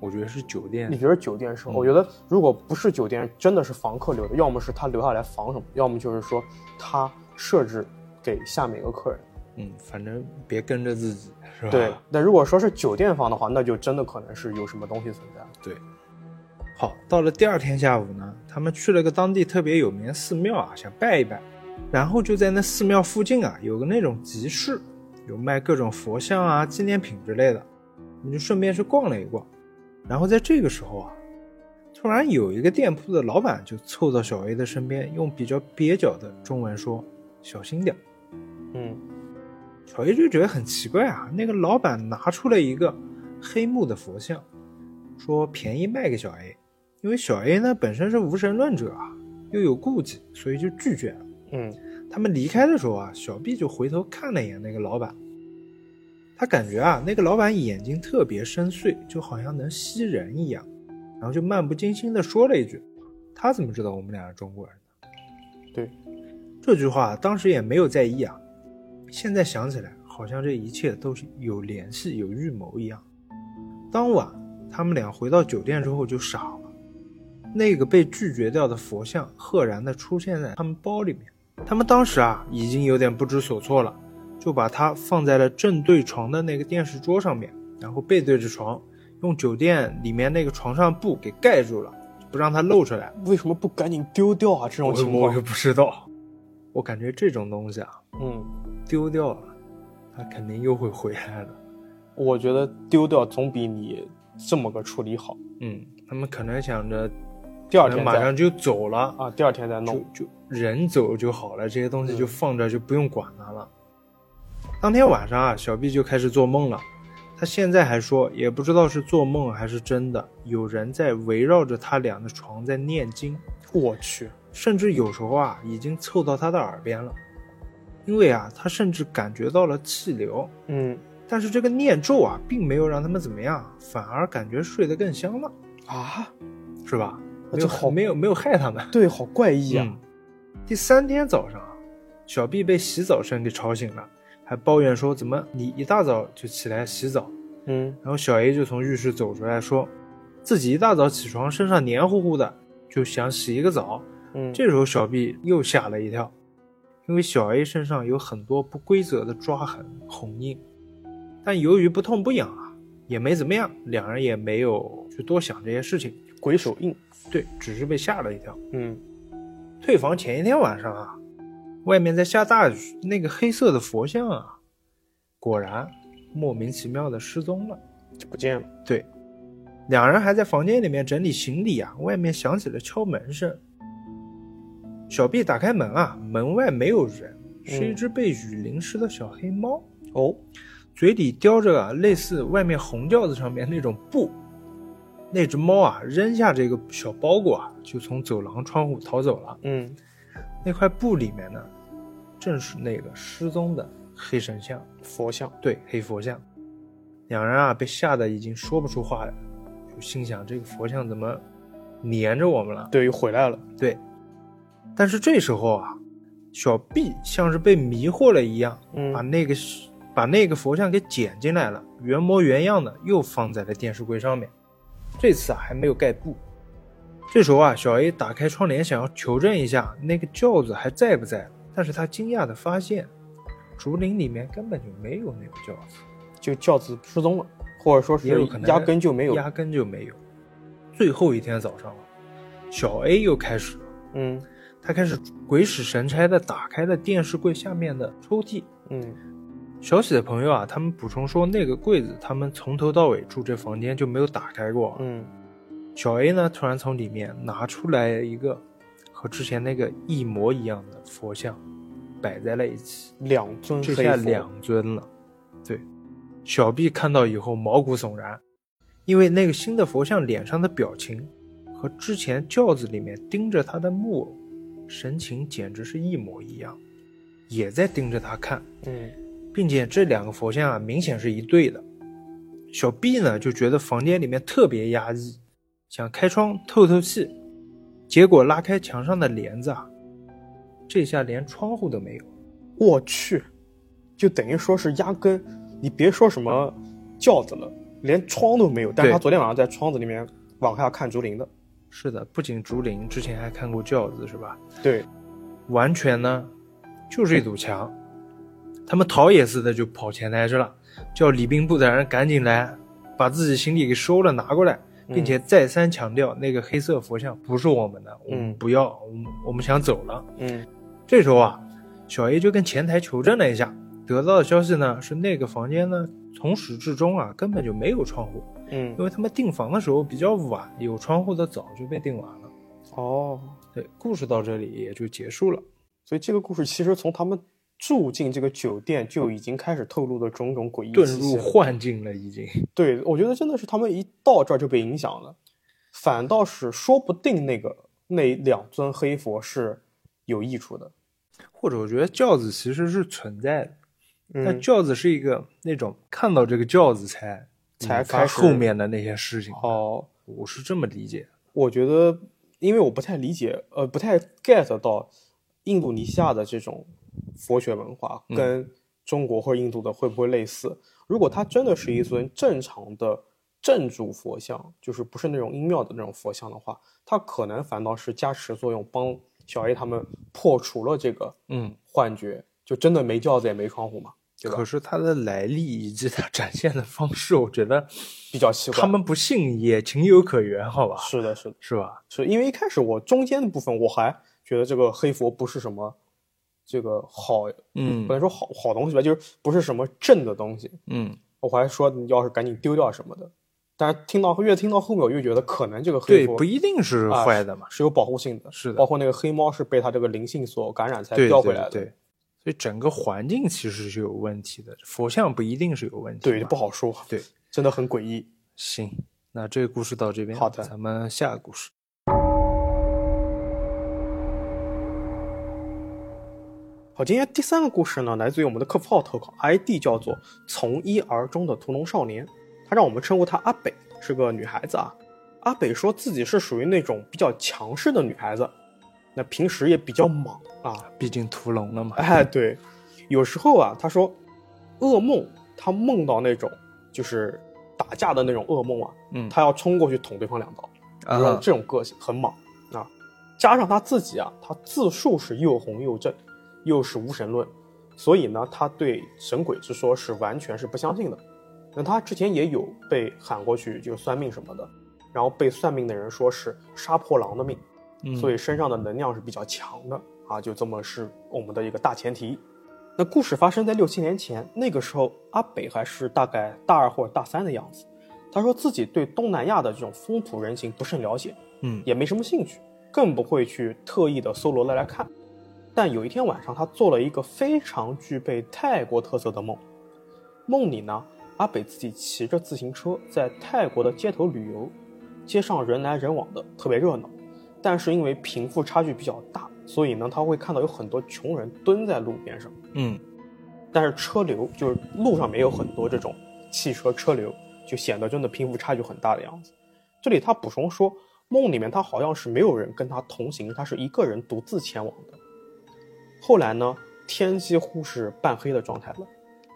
Speaker 2: 我觉得是酒
Speaker 1: 你
Speaker 2: 店。
Speaker 1: 觉得酒店是？我觉得如果不是酒店，真的是房客留的，要么是他留下来防什么，要么就是说他设置给下每个客人。
Speaker 2: 嗯，反正别跟着自己，是吧？
Speaker 1: 对，那如果说是酒店房的话，那就真的可能是有什么东西存在。
Speaker 2: 对。好，到了第二天下午呢，他们去了个当地特别有名的寺庙啊，想拜一拜。然后就在那寺庙附近啊，有个那种集市，有卖各种佛像啊、纪念品之类的。我们就顺便去逛了一逛。然后在这个时候啊，突然有一个店铺的老板就凑到小 A 的身边，用比较蹩脚的中文说：“小心点儿。”
Speaker 1: 嗯，
Speaker 2: 小 A 就觉得很奇怪啊，那个老板拿出了一个黑木的佛像，说便宜卖给小 A，因为小 A 呢本身是无神论者啊，又有顾忌，所以就拒绝了。
Speaker 1: 嗯
Speaker 2: 他们离开的时候啊，小 B 就回头看了一眼那个老板，他感觉啊，那个老板眼睛特别深邃，就好像能吸人一样，然后就漫不经心地说了一句：“他怎么知道我们俩是中国人？”
Speaker 1: 对，
Speaker 2: 这句话当时也没有在意啊，现在想起来好像这一切都是有联系、有预谋一样。当晚，他们俩回到酒店之后就傻了，那个被拒绝掉的佛像赫然的出现在他们包里面。他们当时啊已经有点不知所措了，就把它放在了正对床的那个电视桌上面，然后背对着床，用酒店里面那个床上布给盖住了，不让它露出来。
Speaker 1: 为什么不赶紧丢掉啊？这种情
Speaker 2: 我
Speaker 1: 况
Speaker 2: 也，不知道， [laughs] 我感觉这种东西啊
Speaker 1: 嗯，
Speaker 2: 丢掉了，它肯定又会回来的。
Speaker 1: 我觉得丢掉总比你这么个处理好。
Speaker 2: 嗯，他们可能想着
Speaker 1: 第二
Speaker 2: 可能
Speaker 1: 天
Speaker 2: 嗯马
Speaker 1: 再
Speaker 2: 上就走了，
Speaker 1: 啊，第二天再
Speaker 2: 就
Speaker 1: 弄。嗯
Speaker 2: 就人走就好了，这些东西就放着就不用管它了。当天晚上啊，小 B 就开始做梦了。他现在还说，也不知道是做梦还是真的，有人在围绕着他俩的床在念经，
Speaker 1: 我去，
Speaker 2: 甚至有时候啊，已经凑到他的耳边了。因为啊，他甚至感觉到了气流，
Speaker 1: 嗯
Speaker 2: 但是这个念咒啊，并没有让他们怎么样，反而感觉睡得更香了，
Speaker 1: 啊，
Speaker 2: 是吧？
Speaker 1: 那这
Speaker 2: 没有
Speaker 1: 好
Speaker 2: 没有没有害他们。
Speaker 1: 对，好怪异啊。
Speaker 2: 嗯。第三天早上啊，小 B 被洗澡声给吵醒了，还抱怨说怎么你一大早就起来洗澡。
Speaker 1: 嗯，
Speaker 2: 然后小 A 就从浴室走出来说，自己一大早起床身上黏糊糊的，就想洗一个澡。
Speaker 1: 嗯，
Speaker 2: 这时候小 B 又吓了一跳，因为小 A 身上有很多不规则的抓痕、红印，但由于不痛不痒啊，也没怎么样，两人也没有去多想这些事情。
Speaker 1: 鬼手印。
Speaker 2: 对，只是被吓了一跳。
Speaker 1: 嗯
Speaker 2: 退房前一天晚上啊，外面在下大雨，那个黑色的佛像啊，果然莫名其妙的失踪了。
Speaker 1: 就不见了。
Speaker 2: 对，两人还在房间里面整理行李啊，外面响起了敲门声。小 B 打开门啊，门外没有人，是一只被雨淋湿的小黑猫，
Speaker 1: 哦，
Speaker 2: 嘴里叼着啊类似外面红轿子上面那种布。那只猫啊，扔下这个小包裹啊，就从走廊窗户逃走了。
Speaker 1: 嗯，
Speaker 2: 那块布里面呢，正是那个失踪的黑神像，
Speaker 1: 佛像。
Speaker 2: 对，黑佛像。两人啊被吓得已经说不出话来，就心想这个佛像怎么粘着我们了？
Speaker 1: 对，又回来了。
Speaker 2: 对。但是这时候啊，小 B 像是被迷惑了一样，把
Speaker 1: 嗯，
Speaker 2: 那个把那个佛像给捡进来了，原模原样的又放在了电视柜上面。这次啊还没有盖布。这时候啊，小 A 打开窗帘想要求证一下那个轿子还在不在，但是他惊讶的发现，竹林里面根本就没有那个轿子，
Speaker 1: 就轿子失踪了，或者说
Speaker 2: 也
Speaker 1: 是
Speaker 2: 有可能
Speaker 1: 压根就没有。
Speaker 2: 压根就没有。最后一天早上了，啊小 A 又开始了，
Speaker 1: 嗯
Speaker 2: 他开始鬼使神差的打开了电视柜下面的抽屉，
Speaker 1: 嗯，
Speaker 2: 小喜的朋友啊，他们补充说，那个柜子他们从头到尾住这房间就没有打开过。
Speaker 1: 嗯，
Speaker 2: 小 A 呢，突然从里面拿出来一个和之前那个一模一样的佛像，摆在了一起，
Speaker 1: 两尊
Speaker 2: 这
Speaker 1: 黑
Speaker 2: 下
Speaker 1: 佛，
Speaker 2: 两尊了。对，小 B 看到以后毛骨悚然，因为那个新的佛像脸上的表情和之前轿子里面盯着他的木偶神情简直是一模一样，也在盯着他看。
Speaker 1: 嗯
Speaker 2: 并且这两个佛像啊明显是一对的。小 B 呢就觉得房间里面特别压抑，想开窗透透气，结果拉开墙上的帘子啊，这下连窗户都没有。
Speaker 1: 我去，就等于说是压根，你别说什么轿子了，连窗都没有。但是
Speaker 2: 嗯对
Speaker 1: 他昨天晚上在窗子里面往下看竹林的，
Speaker 2: 是的，不仅竹林，之前还看过轿子是吧？
Speaker 1: 对，
Speaker 2: 完全呢就是一堵墙。他们逃也似的就跑前台去了，叫礼宾部的人赶紧来，把自己行李给收了拿过来，
Speaker 1: 嗯
Speaker 2: 并且再三强调那个黑色佛像不是我们的，我们不要，我们我们想走了。
Speaker 1: 嗯
Speaker 2: 这时候啊，小 A 就跟前台求证了一下，得到的消息呢是那个房间呢从始至终啊根本就没有窗户，
Speaker 1: 嗯
Speaker 2: 因，为他们订房的时候比较晚，有窗户的早就被订完了。
Speaker 1: 哦，
Speaker 2: 对，故事到这里也就结束了。
Speaker 1: 所以这个故事其实从他们住进这个酒店就已经开始透露了种种诡异
Speaker 2: 遁
Speaker 1: 气息
Speaker 2: 入
Speaker 1: 了。
Speaker 2: 幻境了，已经。
Speaker 1: 对，我觉得真的是他们一到这儿就被影响了，反倒是说不定那个那两尊黑佛是有益处的。
Speaker 2: [laughs] 或者我觉得轿子其实是存在的，但
Speaker 1: 嗯，
Speaker 2: 轿子是一个那种看到这个轿子才
Speaker 1: 才
Speaker 2: 引发
Speaker 1: 开始
Speaker 2: 后面的那些事情。
Speaker 1: 哦，
Speaker 2: 我是这么理解的。嗯
Speaker 1: 我觉得，因为我不太理解，呃，不太 get 到印度尼西亚的这种佛学文化
Speaker 2: 嗯
Speaker 1: 跟中国或者印度的会不会类似？如果它真的是一尊正常的正主佛像，就是不是那种阴庙的那种佛像的话，它可能反倒是加持作用，帮小 A 他们破除了这个
Speaker 2: 嗯，
Speaker 1: 幻觉，就真的没轿子也没窗户嘛，对吧
Speaker 2: 可？是它的来历以及它展现的方式，我觉
Speaker 1: [laughs]
Speaker 2: 得
Speaker 1: 比较奇怪。
Speaker 2: 他们不信也情有可原，好吧？
Speaker 1: 是的，是的，
Speaker 2: 是吧？
Speaker 1: 是因为一开始我中间的部分我还觉得这个黑佛不是什么这个好，
Speaker 2: 嗯
Speaker 1: 不能说好好东西吧，就是不是什么正的东西。
Speaker 2: 嗯，
Speaker 1: 我还说你要是赶紧丢掉什么的。但是听到越听到后面，我越觉得可能这个黑
Speaker 2: 对，
Speaker 1: 佛
Speaker 2: 不一定是
Speaker 1: 啊
Speaker 2: 坏的嘛。
Speaker 1: 是有保护性的，
Speaker 2: 是的
Speaker 1: 包括那个黑猫是被它这个灵性所感染才
Speaker 2: 对
Speaker 1: 叼
Speaker 2: 对
Speaker 1: 回来的，
Speaker 2: 对，所以整个环境其实是有问题的，佛像不一定是有问题嘛。
Speaker 1: 对不好说，
Speaker 2: 对，
Speaker 1: 真的很诡异。
Speaker 2: 行，那这个故事到这边，
Speaker 1: 好的
Speaker 2: 咱们下个故事。
Speaker 1: 好，今天第三个故事呢，来自于我们的客服号投稿，ID 叫做“从一而终的屠龙少年”，他让我们称呼她阿北，是个女孩子啊。阿北说自己是属于那种比较强势的女孩子，那平时也比较莽啊，
Speaker 2: 毕竟屠龙了嘛，
Speaker 1: 哎， [laughs] 对，有时候啊，他说噩梦，他梦到那种就是打架的那种噩梦啊，
Speaker 2: 嗯
Speaker 1: 他要冲过去捅对方两刀，然
Speaker 2: 啊
Speaker 1: 后这种个性很莽啊，加上他自己啊，他自述是又红又正，又是无神论，所以呢，他对神鬼之说是完全是不相信的。那他之前也有被喊过去就算命什么的，然后被算命的人说是杀破狼的命，
Speaker 2: 嗯
Speaker 1: 所以身上的能量是比较强的啊，就这么是我们的一个大前提。那故事发生在六七年前，那个时候阿北还是大概大二或者大三的样子。他说自己对东南亚的这种风土人情不甚了解，
Speaker 2: 嗯
Speaker 1: 也没什么兴趣，更不会去特意的搜罗来来看。但有一天晚上，他做了一个非常具备泰国特色的梦。梦里呢，阿北自己骑着自行车在泰国的街头旅游，街上人来人往的，特别热闹。但是因为贫富差距比较大，所以呢，他会看到有很多穷人蹲在路边上。
Speaker 2: 嗯
Speaker 1: 但是车流就是路上没有很多这种汽车车流，就显得真的贫富差距很大的样子。这里他补充说，梦里面他好像是没有人跟他同行，他是一个人独自前往的。后来呢，天几乎是半黑的状态了，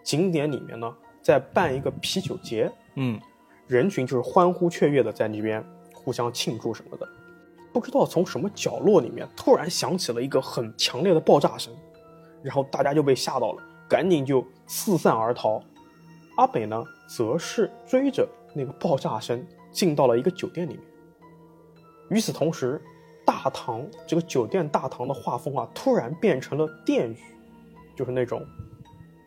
Speaker 1: 景点里面呢在办一个啤酒节，
Speaker 2: 嗯
Speaker 1: 人群就是欢呼雀跃的在那边互相庆祝什么的。不知道从什么角落里面突然响起了一个很强烈的爆炸声，然后大家就被吓到了，赶紧就四散而逃。阿北呢，则是追着那个爆炸声进到了一个酒店里面。与此同时，大堂这个酒店大堂的画风啊，突然变成了殿宇，就是那种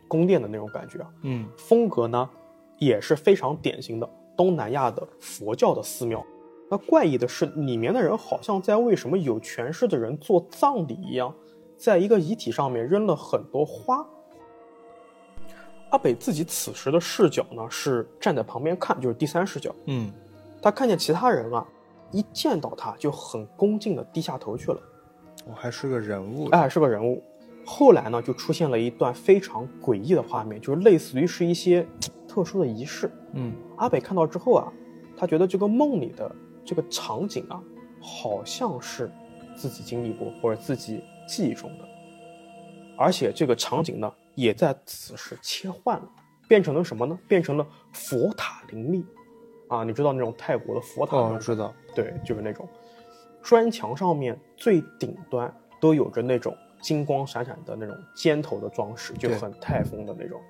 Speaker 1: 宫殿的那种感觉啊。
Speaker 2: 嗯
Speaker 1: 风格呢，也是非常典型的东南亚的佛教的寺庙。那怪异的是，里面的人好像在为什么有权势的人做葬礼一样，在一个遗体上面扔了很多花。阿北自己此时的视角呢是站在旁边看，就是第三视角。
Speaker 2: 嗯
Speaker 1: 他看见其他人啊，一见到他就很恭敬的低下头去了。
Speaker 2: 我还是个人物，
Speaker 1: 哎，是个人物。后来呢，就出现了一段非常诡异的画面，就是类似于是一些嘖特殊的仪式。
Speaker 2: 嗯
Speaker 1: 阿北看到之后啊，他觉得这个梦里的这个场景啊，好像是自己经历过或者自己记忆中的，而且这个场景呢，也在此时切换了，变成了什么呢？变成了佛塔林立，啊，你知道那种泰国的佛塔
Speaker 2: 哦
Speaker 1: 吗，
Speaker 2: 知道，
Speaker 1: 对，就是那种砖墙上面最顶端都有着那种金光闪闪的那种尖头的装饰，就
Speaker 2: 对
Speaker 1: 很泰风的那种。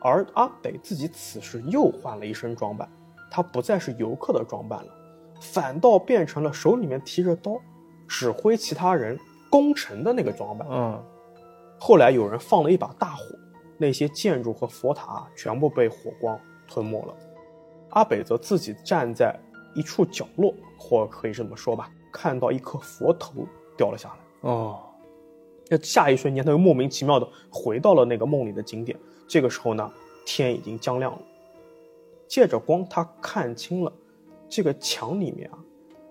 Speaker 1: 而阿北自己此时又换了一身装扮，他不再是游客的装扮了，反倒变成了手里面提着刀，指挥其他人攻城的那个装扮。
Speaker 2: 嗯
Speaker 1: 后来有人放了一把大火，那些建筑和佛塔啊全部被火光吞没了。阿北则自己站在一处角落，或者可以这么说吧，看到一颗佛头掉了下来。
Speaker 2: 哦
Speaker 1: 那下一瞬间，他又莫名其妙的回到了那个梦里的景点。这个时候呢，天已经将亮了。借着光，他看清了这个墙里面啊，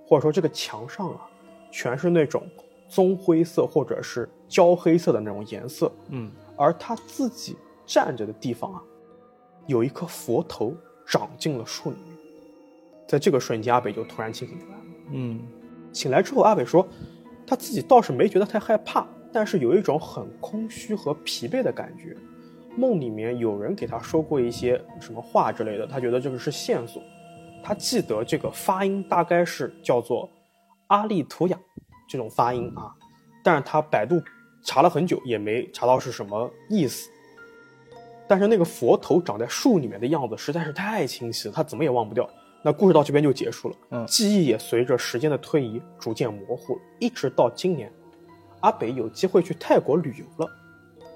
Speaker 1: 或者说这个墙上啊，全是那种棕灰色或者是焦黑色的那种颜色。
Speaker 2: 嗯
Speaker 1: 而他自己站着的地方啊，有一颗佛头长进了树里面。在这个瞬间，阿北就突然清醒过来了。
Speaker 2: 嗯
Speaker 1: 醒来之后，阿北说，他自己倒是没觉得太害怕，但是有一种很空虚和疲惫的感觉，梦里面有人给他说过一些什么话之类的，他觉得这个是线索，他记得这个发音大概是叫做阿利图雅这种发音啊，但是他百度查了很久也没查到是什么意思。但是那个佛头长在树里面的样子实在是太清晰了，他怎么也忘不掉。那故事到这边就结束了，
Speaker 2: 嗯
Speaker 1: 记忆也随着时间的推移逐渐模糊了，一直到今年，阿北有机会去泰国旅游了，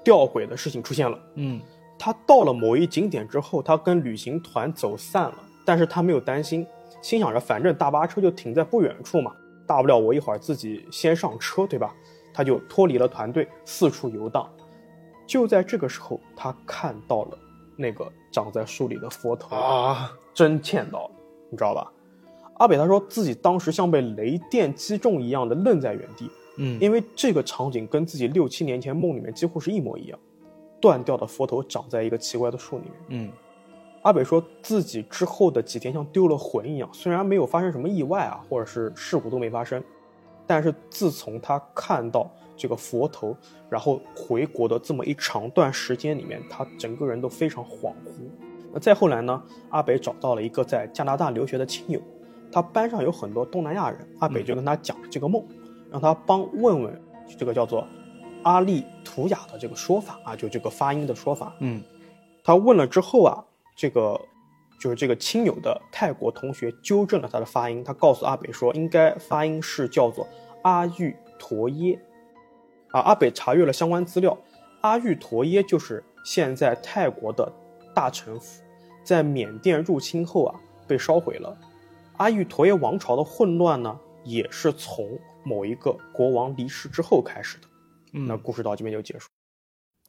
Speaker 1: 吊诡的事情出现了。
Speaker 2: 嗯
Speaker 1: 他到了某一景点之后，他跟旅行团走散了，但是他没有担心，心想着反正大巴车就停在不远处嘛，大不了我一会儿自己先上车，对吧？他就脱离了团队，四处游荡。就在这个时候，他看到了那个长在树里的佛头，
Speaker 2: 啊，
Speaker 1: 真欠到了，你知道吧？阿北他说自己当时像被雷电击中一样的愣在原地，
Speaker 2: 嗯
Speaker 1: 因为这个场景跟自己六七年前梦里面几乎是一模一样，断掉的佛头长在一个奇怪的树里面。
Speaker 2: 嗯
Speaker 1: 阿北说自己之后的几天像丢了魂一样，虽然没有发生什么意外啊，或者是事故都没发生，但是自从他看到这个佛头，然后回国的这么一长段时间里面，他整个人都非常恍惚。那再后来呢，阿北找到了一个在加拿大留学的亲友，他班上有很多东南亚人，阿北就跟他讲这个梦，让他帮问问这个叫做阿利图雅的这个说法啊，就这个发音的说法。
Speaker 2: 嗯
Speaker 1: 他问了之后啊，这个就是这个亲友的泰国同学纠正了他的发音，他告诉阿北说，应该发音是叫做阿育陀耶。啊，阿北查阅了相关资料，阿育陀耶就是现在泰国的大城府，在缅甸入侵后啊被烧毁了。阿育陀耶王朝的混乱呢，也是从某一个国王离世之后开始的。
Speaker 2: 嗯，
Speaker 1: 那故事到这边就结束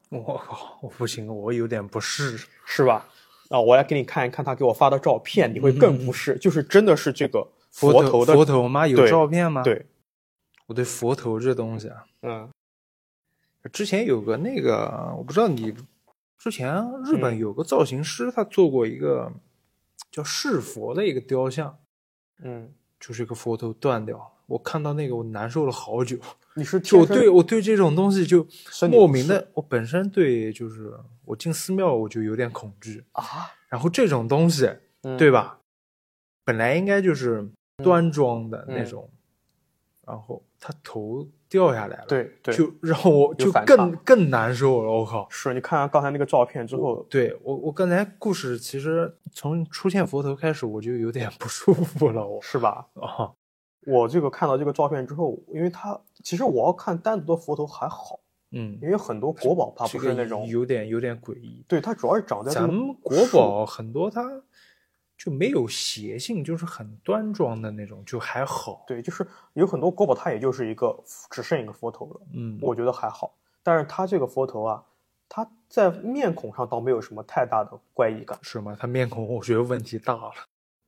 Speaker 1: 了。
Speaker 2: 我靠，我不行，我有点不适。
Speaker 1: 是吧？啊，我来给你看一看他给我发的照片，你会更不适，就是真的是这个佛头
Speaker 2: 头
Speaker 1: 的
Speaker 2: 嗯佛头吗？有
Speaker 1: 对
Speaker 2: 照片吗？，
Speaker 1: 对，
Speaker 2: 我对佛头这东西啊，
Speaker 1: 嗯
Speaker 2: 之前有个那个，我不知道你，之前日本
Speaker 1: 嗯
Speaker 2: 有个造型师，他做过一个叫释佛的一个雕像，
Speaker 1: 嗯，
Speaker 2: 就是一个佛头断掉了。我看到那个，我难受了好久。
Speaker 1: 你是
Speaker 2: 就
Speaker 1: 天
Speaker 2: 我
Speaker 1: 生
Speaker 2: 对我对这种东西就
Speaker 1: 身体不
Speaker 2: 莫名
Speaker 1: 适
Speaker 2: 的，我本身对就是我进寺庙我就有点恐惧，
Speaker 1: 啊，
Speaker 2: 然后这种东西
Speaker 1: 嗯
Speaker 2: 对？吧？本来应该就是端庄的
Speaker 1: 嗯
Speaker 2: 那种，然后他头掉下来了，
Speaker 1: 对对，
Speaker 2: 就让我
Speaker 1: 有
Speaker 2: 就
Speaker 1: 反
Speaker 2: 更
Speaker 1: 差
Speaker 2: 更难受了。我靠！
Speaker 1: 是你看完刚才那个照片之后，
Speaker 2: 对我我刚才故事其实从出现佛头开始我就有点 [laughs] 不舒服了，我
Speaker 1: 是吧？
Speaker 2: 啊，
Speaker 1: 我这个看到这个照片之后，因为它其实我要看单独的佛头还好，
Speaker 2: 嗯，
Speaker 1: 因为很多国宝它啊
Speaker 2: 这
Speaker 1: 不
Speaker 2: 个
Speaker 1: 是那种，
Speaker 2: 有点有点诡异。
Speaker 1: 对，它主要是长在这个
Speaker 2: 咱们国宝很多它就没有邪性，就是很端庄的那种，就还好。
Speaker 1: 对，就是有很多国宝它也就是一个只剩一个佛头了。
Speaker 2: 嗯，
Speaker 1: 我觉得还好。但是他这个佛头啊，他在面孔上倒没有什么太大的怪异感，
Speaker 2: 是吗？他面孔我觉得问题大了，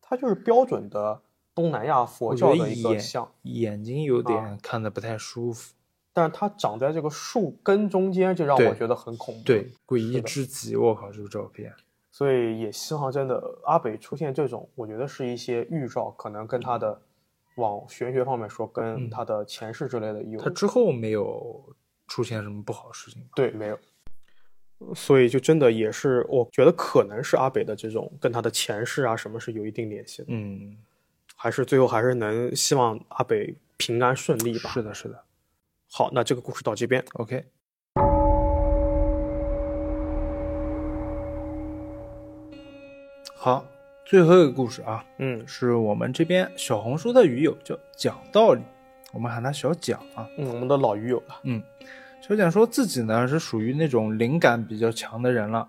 Speaker 1: 他就是标准的东南亚佛
Speaker 2: 我觉
Speaker 1: 教
Speaker 2: 得
Speaker 1: 的一个
Speaker 2: 眼
Speaker 1: 像，
Speaker 2: 眼睛有
Speaker 1: 啊
Speaker 2: 点看的不太舒服，
Speaker 1: 但是它长在这个树根中间，就让我
Speaker 2: 对
Speaker 1: 觉得很恐怖。
Speaker 2: 对，诡异
Speaker 1: 嗯的
Speaker 2: 至极。我靠，这个照片，
Speaker 1: 所以也希望真的阿北出现这种，我觉得是一些预兆，可能跟他的往玄学方面说，跟
Speaker 2: 嗯
Speaker 1: 他的前世之类的有
Speaker 2: 他之后没有出现什么不好的事情吧？
Speaker 1: 对，没有。 [laughs] 所以就真的也是，我觉得可能是阿北的这种跟他的前世啊什么是有一定联系的。
Speaker 2: 嗯，
Speaker 1: 还是最后还是能希望阿北平安顺利吧。
Speaker 2: 是的，是的。
Speaker 1: 好，那这个故事到这边。
Speaker 2: OK，好，最后一个故事啊，
Speaker 1: 嗯
Speaker 2: 是我们这边小红书的鱼友叫讲道理，我们喊他小蒋啊。
Speaker 1: 嗯，我们的老鱼友了。
Speaker 2: 嗯，小蒋说自己呢是属于那种灵感比较强的人了，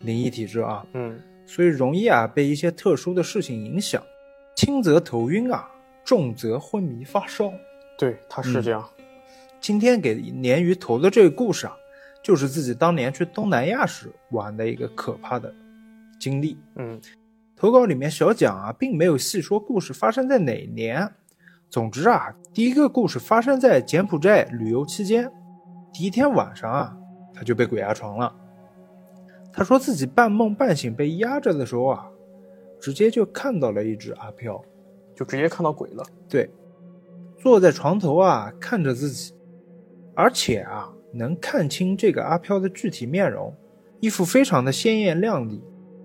Speaker 2: 灵异体质啊，
Speaker 1: 嗯
Speaker 2: 所以容易啊被一些特殊的事情影响，轻则头晕啊，重则昏迷发烧。
Speaker 1: 对，他是这样。
Speaker 2: 今天给鲶鱼投的这个故事啊，就是自己当年去东南亚时玩的一个可怕的经历。
Speaker 1: 嗯
Speaker 2: 投稿里面小蒋啊，并没有细说故事发生在哪一年。总之啊，第一个故事发生在柬埔寨旅游期间，第一天晚上啊，他就被鬼压床了。他说自己半梦半醒被压着的时候啊，直接就看到了一只阿飘，
Speaker 1: 就直接看到鬼了。
Speaker 2: 对，坐在床头啊，看着自己，而且啊，能看清这个阿飘的具体面容，衣服非常的鲜艳亮丽，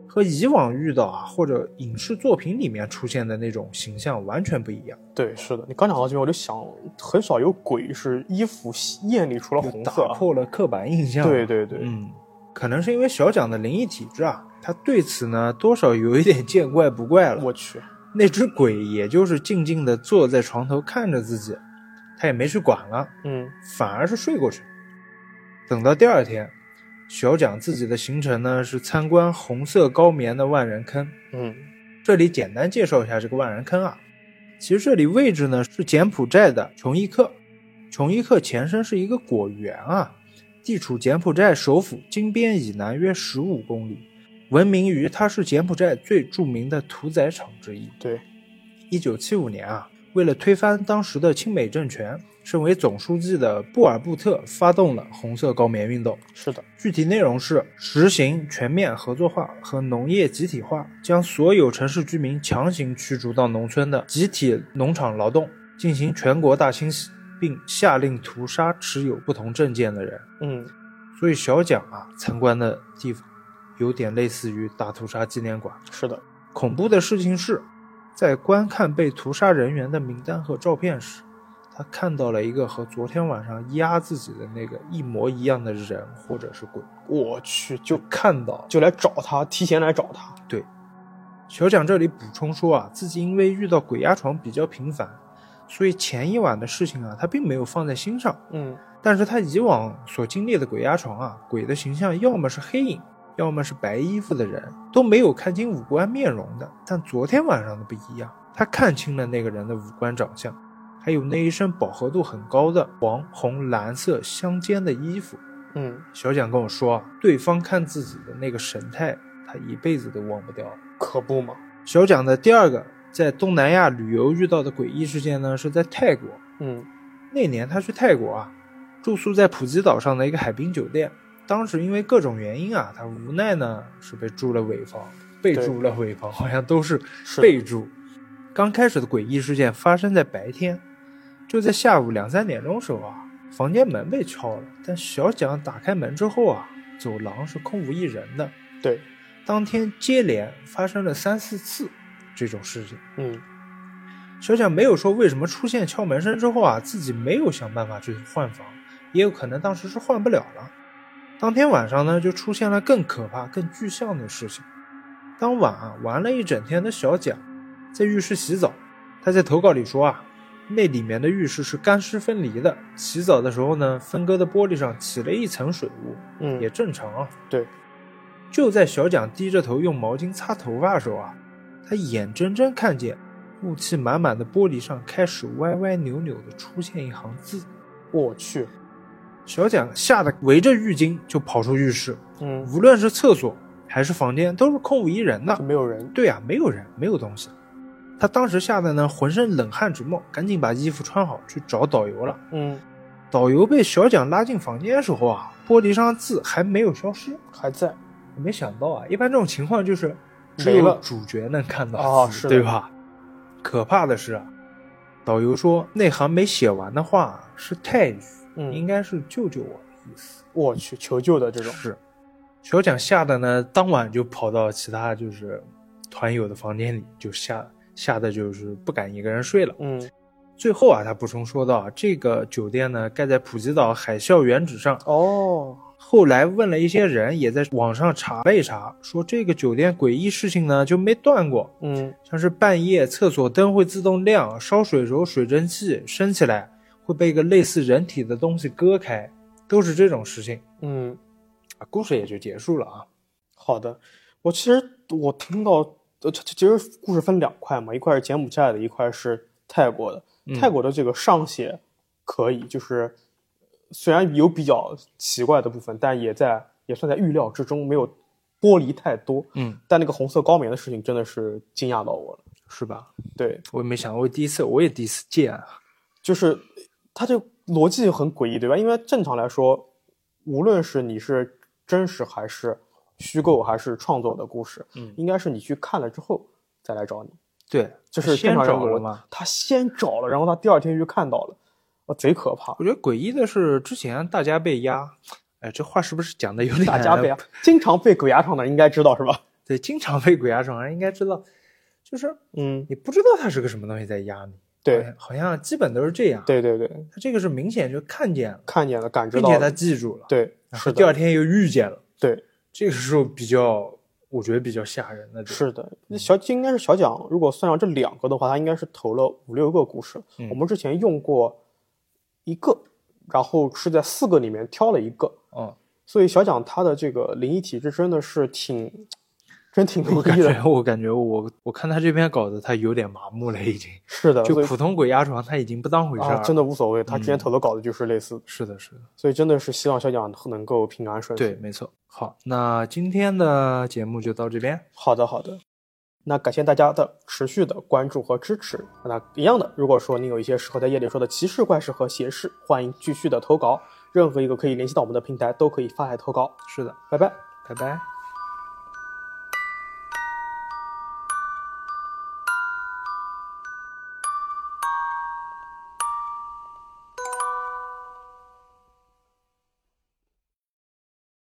Speaker 2: 和以往遇到啊或者影视作品里面出现的那种形象完全不一样。
Speaker 1: 对，是的，你刚讲到这边，我就想，很少有鬼是衣服艳丽除了
Speaker 2: 就
Speaker 1: 红色啊。
Speaker 2: 打破了刻板印象。
Speaker 1: 对，对对，
Speaker 2: 嗯，可能是因为小蒋的灵异体质啊，他对此呢多少有一点见怪不怪了。
Speaker 1: 我去，
Speaker 2: 那只鬼也就是静静的坐在床头看着自己，他也没去管了，
Speaker 1: 嗯
Speaker 2: 反而是睡过去。等到第二天，小蒋自己的行程呢是参观红色高棉的万人坑。
Speaker 1: 嗯
Speaker 2: 这里简单介绍一下这个万人坑啊。其实这里位置呢是柬埔寨的琼伊克，琼伊克前身是一个果园啊，地处柬埔寨首府金边以南约十五公里，闻名于它是柬埔寨最著名的屠宰场之一。
Speaker 1: 对，
Speaker 2: 一九七五年啊，为了推翻当时的亲美政权，身为总书记的布尔布特发动了红色高棉运动。
Speaker 1: 是的，
Speaker 2: 具体内容是实行全面合作化和农业集体化，将所有城市居民强行驱逐到农村的集体农场劳动，进行全国大清洗，并下令屠杀持有不同证件的人。
Speaker 1: 嗯
Speaker 2: 所以小蒋啊，参观的地方有点类似于大屠杀纪念馆。
Speaker 1: 是的，
Speaker 2: 恐怖的事情是，在观看被屠杀人员的名单和照片时，他看到了一个和昨天晚上压自己的那个一模一样的人或者是鬼。
Speaker 1: 我去，
Speaker 2: 就
Speaker 1: 就
Speaker 2: 看到
Speaker 1: 就来找他，提前来找他。
Speaker 2: 小蒋这里补充说啊，自己因为遇到鬼压床比较频繁，所以前一晚的事情啊，他并没有放在心上。
Speaker 1: 嗯
Speaker 2: 但是他以往所经历的鬼压床啊，鬼的形象要么是黑影，要么是白衣服的人，都没有看清五官面容的。但昨天晚上的不一样，他看清了那个人的五官长相，还有那一身饱和度很高的黄、红、蓝色相间的衣服。
Speaker 1: 嗯，
Speaker 2: 小蒋跟我说啊，对方看自己的那个神态，他一辈子都忘不掉了。
Speaker 1: 可不嘛。
Speaker 2: 小蒋的第二个在东南亚旅游遇到的诡异事件呢，是在泰国。
Speaker 1: 嗯
Speaker 2: 那年他去泰国啊，住宿在普吉岛上的一个海滨酒店。当时因为各种原因啊，他无奈呢是被住了尾房，被住了尾房，好像都是
Speaker 1: 是
Speaker 2: 被住。刚开始的诡异事件发生在白天，就在下午两三点钟时候啊，房间门被敲了，但小蒋打开门之后啊，走廊是空无一人的。
Speaker 1: 对，
Speaker 2: 当天接连发生了三四次这种事情。
Speaker 1: 嗯
Speaker 2: 小蒋没有说为什么出现敲门声之后啊，自己没有想办法去换房，也有可能当时是换不了了。当天晚上呢，就出现了更可怕、更具象的事情。当晚啊，玩了一整天的小蒋在浴室洗澡，他在投稿里说啊，那里面的浴室是干湿分离的，洗澡的时候呢，分割的玻璃上起了一层水雾，
Speaker 1: 嗯
Speaker 2: 也正常啊。
Speaker 1: 对，
Speaker 2: 就在小蒋低着头用毛巾擦头发的时候啊，他眼睁睁看见雾气满满的玻璃上开始歪歪扭扭的出现一行字。
Speaker 1: 我去，
Speaker 2: 小蒋吓得围着浴巾就跑出浴室，
Speaker 1: 嗯，
Speaker 2: 无论是厕所还是房间都是空无一人的
Speaker 1: 就。没有人。
Speaker 2: 对啊，没有人，没有东西。他当时吓得呢，浑身冷汗直冒，赶紧把衣服穿好去找导游了。
Speaker 1: 嗯，
Speaker 2: 导游被小蒋拉进房间的时候啊，玻璃上的字还没有消失，
Speaker 1: 还在。
Speaker 2: 没想到啊，一般这种情况就是只
Speaker 1: 没
Speaker 2: 有
Speaker 1: 了
Speaker 2: 主角能看到
Speaker 1: 哦
Speaker 2: 字
Speaker 1: 是的
Speaker 2: 对吧？可怕的是啊，导游说那行没写完的话是泰语，
Speaker 1: 嗯
Speaker 2: 应该是救救我的意思。
Speaker 1: 我去，求救的这种。
Speaker 2: 是，小蒋吓得呢，当晚就跑到其他就是团友的房间里，就吓吓得就是不敢一个人睡了。
Speaker 1: 嗯，
Speaker 2: 最后啊，他补充说到，这个酒店呢盖在普吉岛海啸原址上，
Speaker 1: 哦，
Speaker 2: 后来问了一些人，也在网上查了一查，说这个酒店诡异事情呢就没断过，
Speaker 1: 嗯，
Speaker 2: 像是半夜厕所灯会自动亮，烧水时候水蒸气升起来会被一个类似人体的东西割开，都是这种事情
Speaker 1: 嗯，
Speaker 2: 啊。故事也就结束了啊。
Speaker 1: 好的。我其实我听到，呃，这这其实故事分两块嘛，一块是柬埔寨的，一块是泰国的。泰国的这个上写可以，就是虽然有比较奇怪的部分，但也在也算在预料之中，没有剥离太多。
Speaker 2: 嗯，
Speaker 1: 但那个红色高棉的事情真的是惊讶到我了。
Speaker 2: 是吧？
Speaker 1: 对，
Speaker 2: 我也没想到，我第一次，我也第一次见啊。
Speaker 1: 就是它这个逻辑很诡异，对吧？因为正常来说，无论是你是真实还是虚构还是创作的故事，
Speaker 2: 嗯
Speaker 1: 应该是你去看了之后再来找你，
Speaker 2: 对，
Speaker 1: 这
Speaker 2: 他
Speaker 1: 是
Speaker 2: 先
Speaker 1: 正常人
Speaker 2: 找了
Speaker 1: 逻
Speaker 2: 吗？
Speaker 1: 他先找了，然后哦
Speaker 2: [laughs]
Speaker 1: 他第二天就看到了，哇，贼可怕。
Speaker 2: 我觉得诡异的是，之前大家被压，哎，这话是不是讲的有点
Speaker 1: 大家
Speaker 2: [laughs]
Speaker 1: 被啊经常被鬼压床的人应该知道是吧？
Speaker 2: 对，经常被鬼压床，人应该知道，就是
Speaker 1: 嗯，
Speaker 2: 你不知道它是个什么东西在压你。好
Speaker 1: 对
Speaker 2: 像，好像基本都是这样。，
Speaker 1: 对对对，
Speaker 2: 他这个是明显就看见了，
Speaker 1: 看见了，感知
Speaker 2: 并
Speaker 1: 到
Speaker 2: 且
Speaker 1: 了，
Speaker 2: 他记住了，
Speaker 1: 对，
Speaker 2: 然
Speaker 1: 是
Speaker 2: 后第
Speaker 1: 的，
Speaker 2: 二天又遇见了。
Speaker 1: 对，
Speaker 2: 这个时候比较，我觉得比较吓人的。
Speaker 1: 是的。那小应该是小蒋，如果算上这两个的话，他应该是投了五六个故事。
Speaker 2: 嗯
Speaker 1: 我们之前用过一个，然后是在四个里面挑了一个， [laughs]
Speaker 2: 嗯，
Speaker 1: 所以小蒋他的这个灵异体质真的是挺，真挺
Speaker 2: [laughs] 我
Speaker 1: 牛
Speaker 2: 感
Speaker 1: 逼的。
Speaker 2: 觉，我感觉我我看他这篇稿子，他有点麻木了，已经。
Speaker 1: 是的，
Speaker 2: 就
Speaker 1: 呃所以
Speaker 2: 普通鬼压床，他已经不当回事儿
Speaker 1: 啊，
Speaker 2: 了。
Speaker 1: 真的无所谓。他之前
Speaker 2: 嗯
Speaker 1: 投的稿子就是类似的，
Speaker 2: 是的，是的，
Speaker 1: 所以真的是希望小蒋能够平安顺遂。
Speaker 2: 对，没错。好，那今天的节目就到这边。
Speaker 1: 好的，好的。那感谢大家的持续的关注和支持。那一样的，如果说你有一些适合在夜里说的奇事、怪事和邪事，欢迎继续的投稿。任何一个可以联系到我们的平台都可以发来投稿。
Speaker 2: 是的，
Speaker 1: 拜拜。
Speaker 2: 拜拜。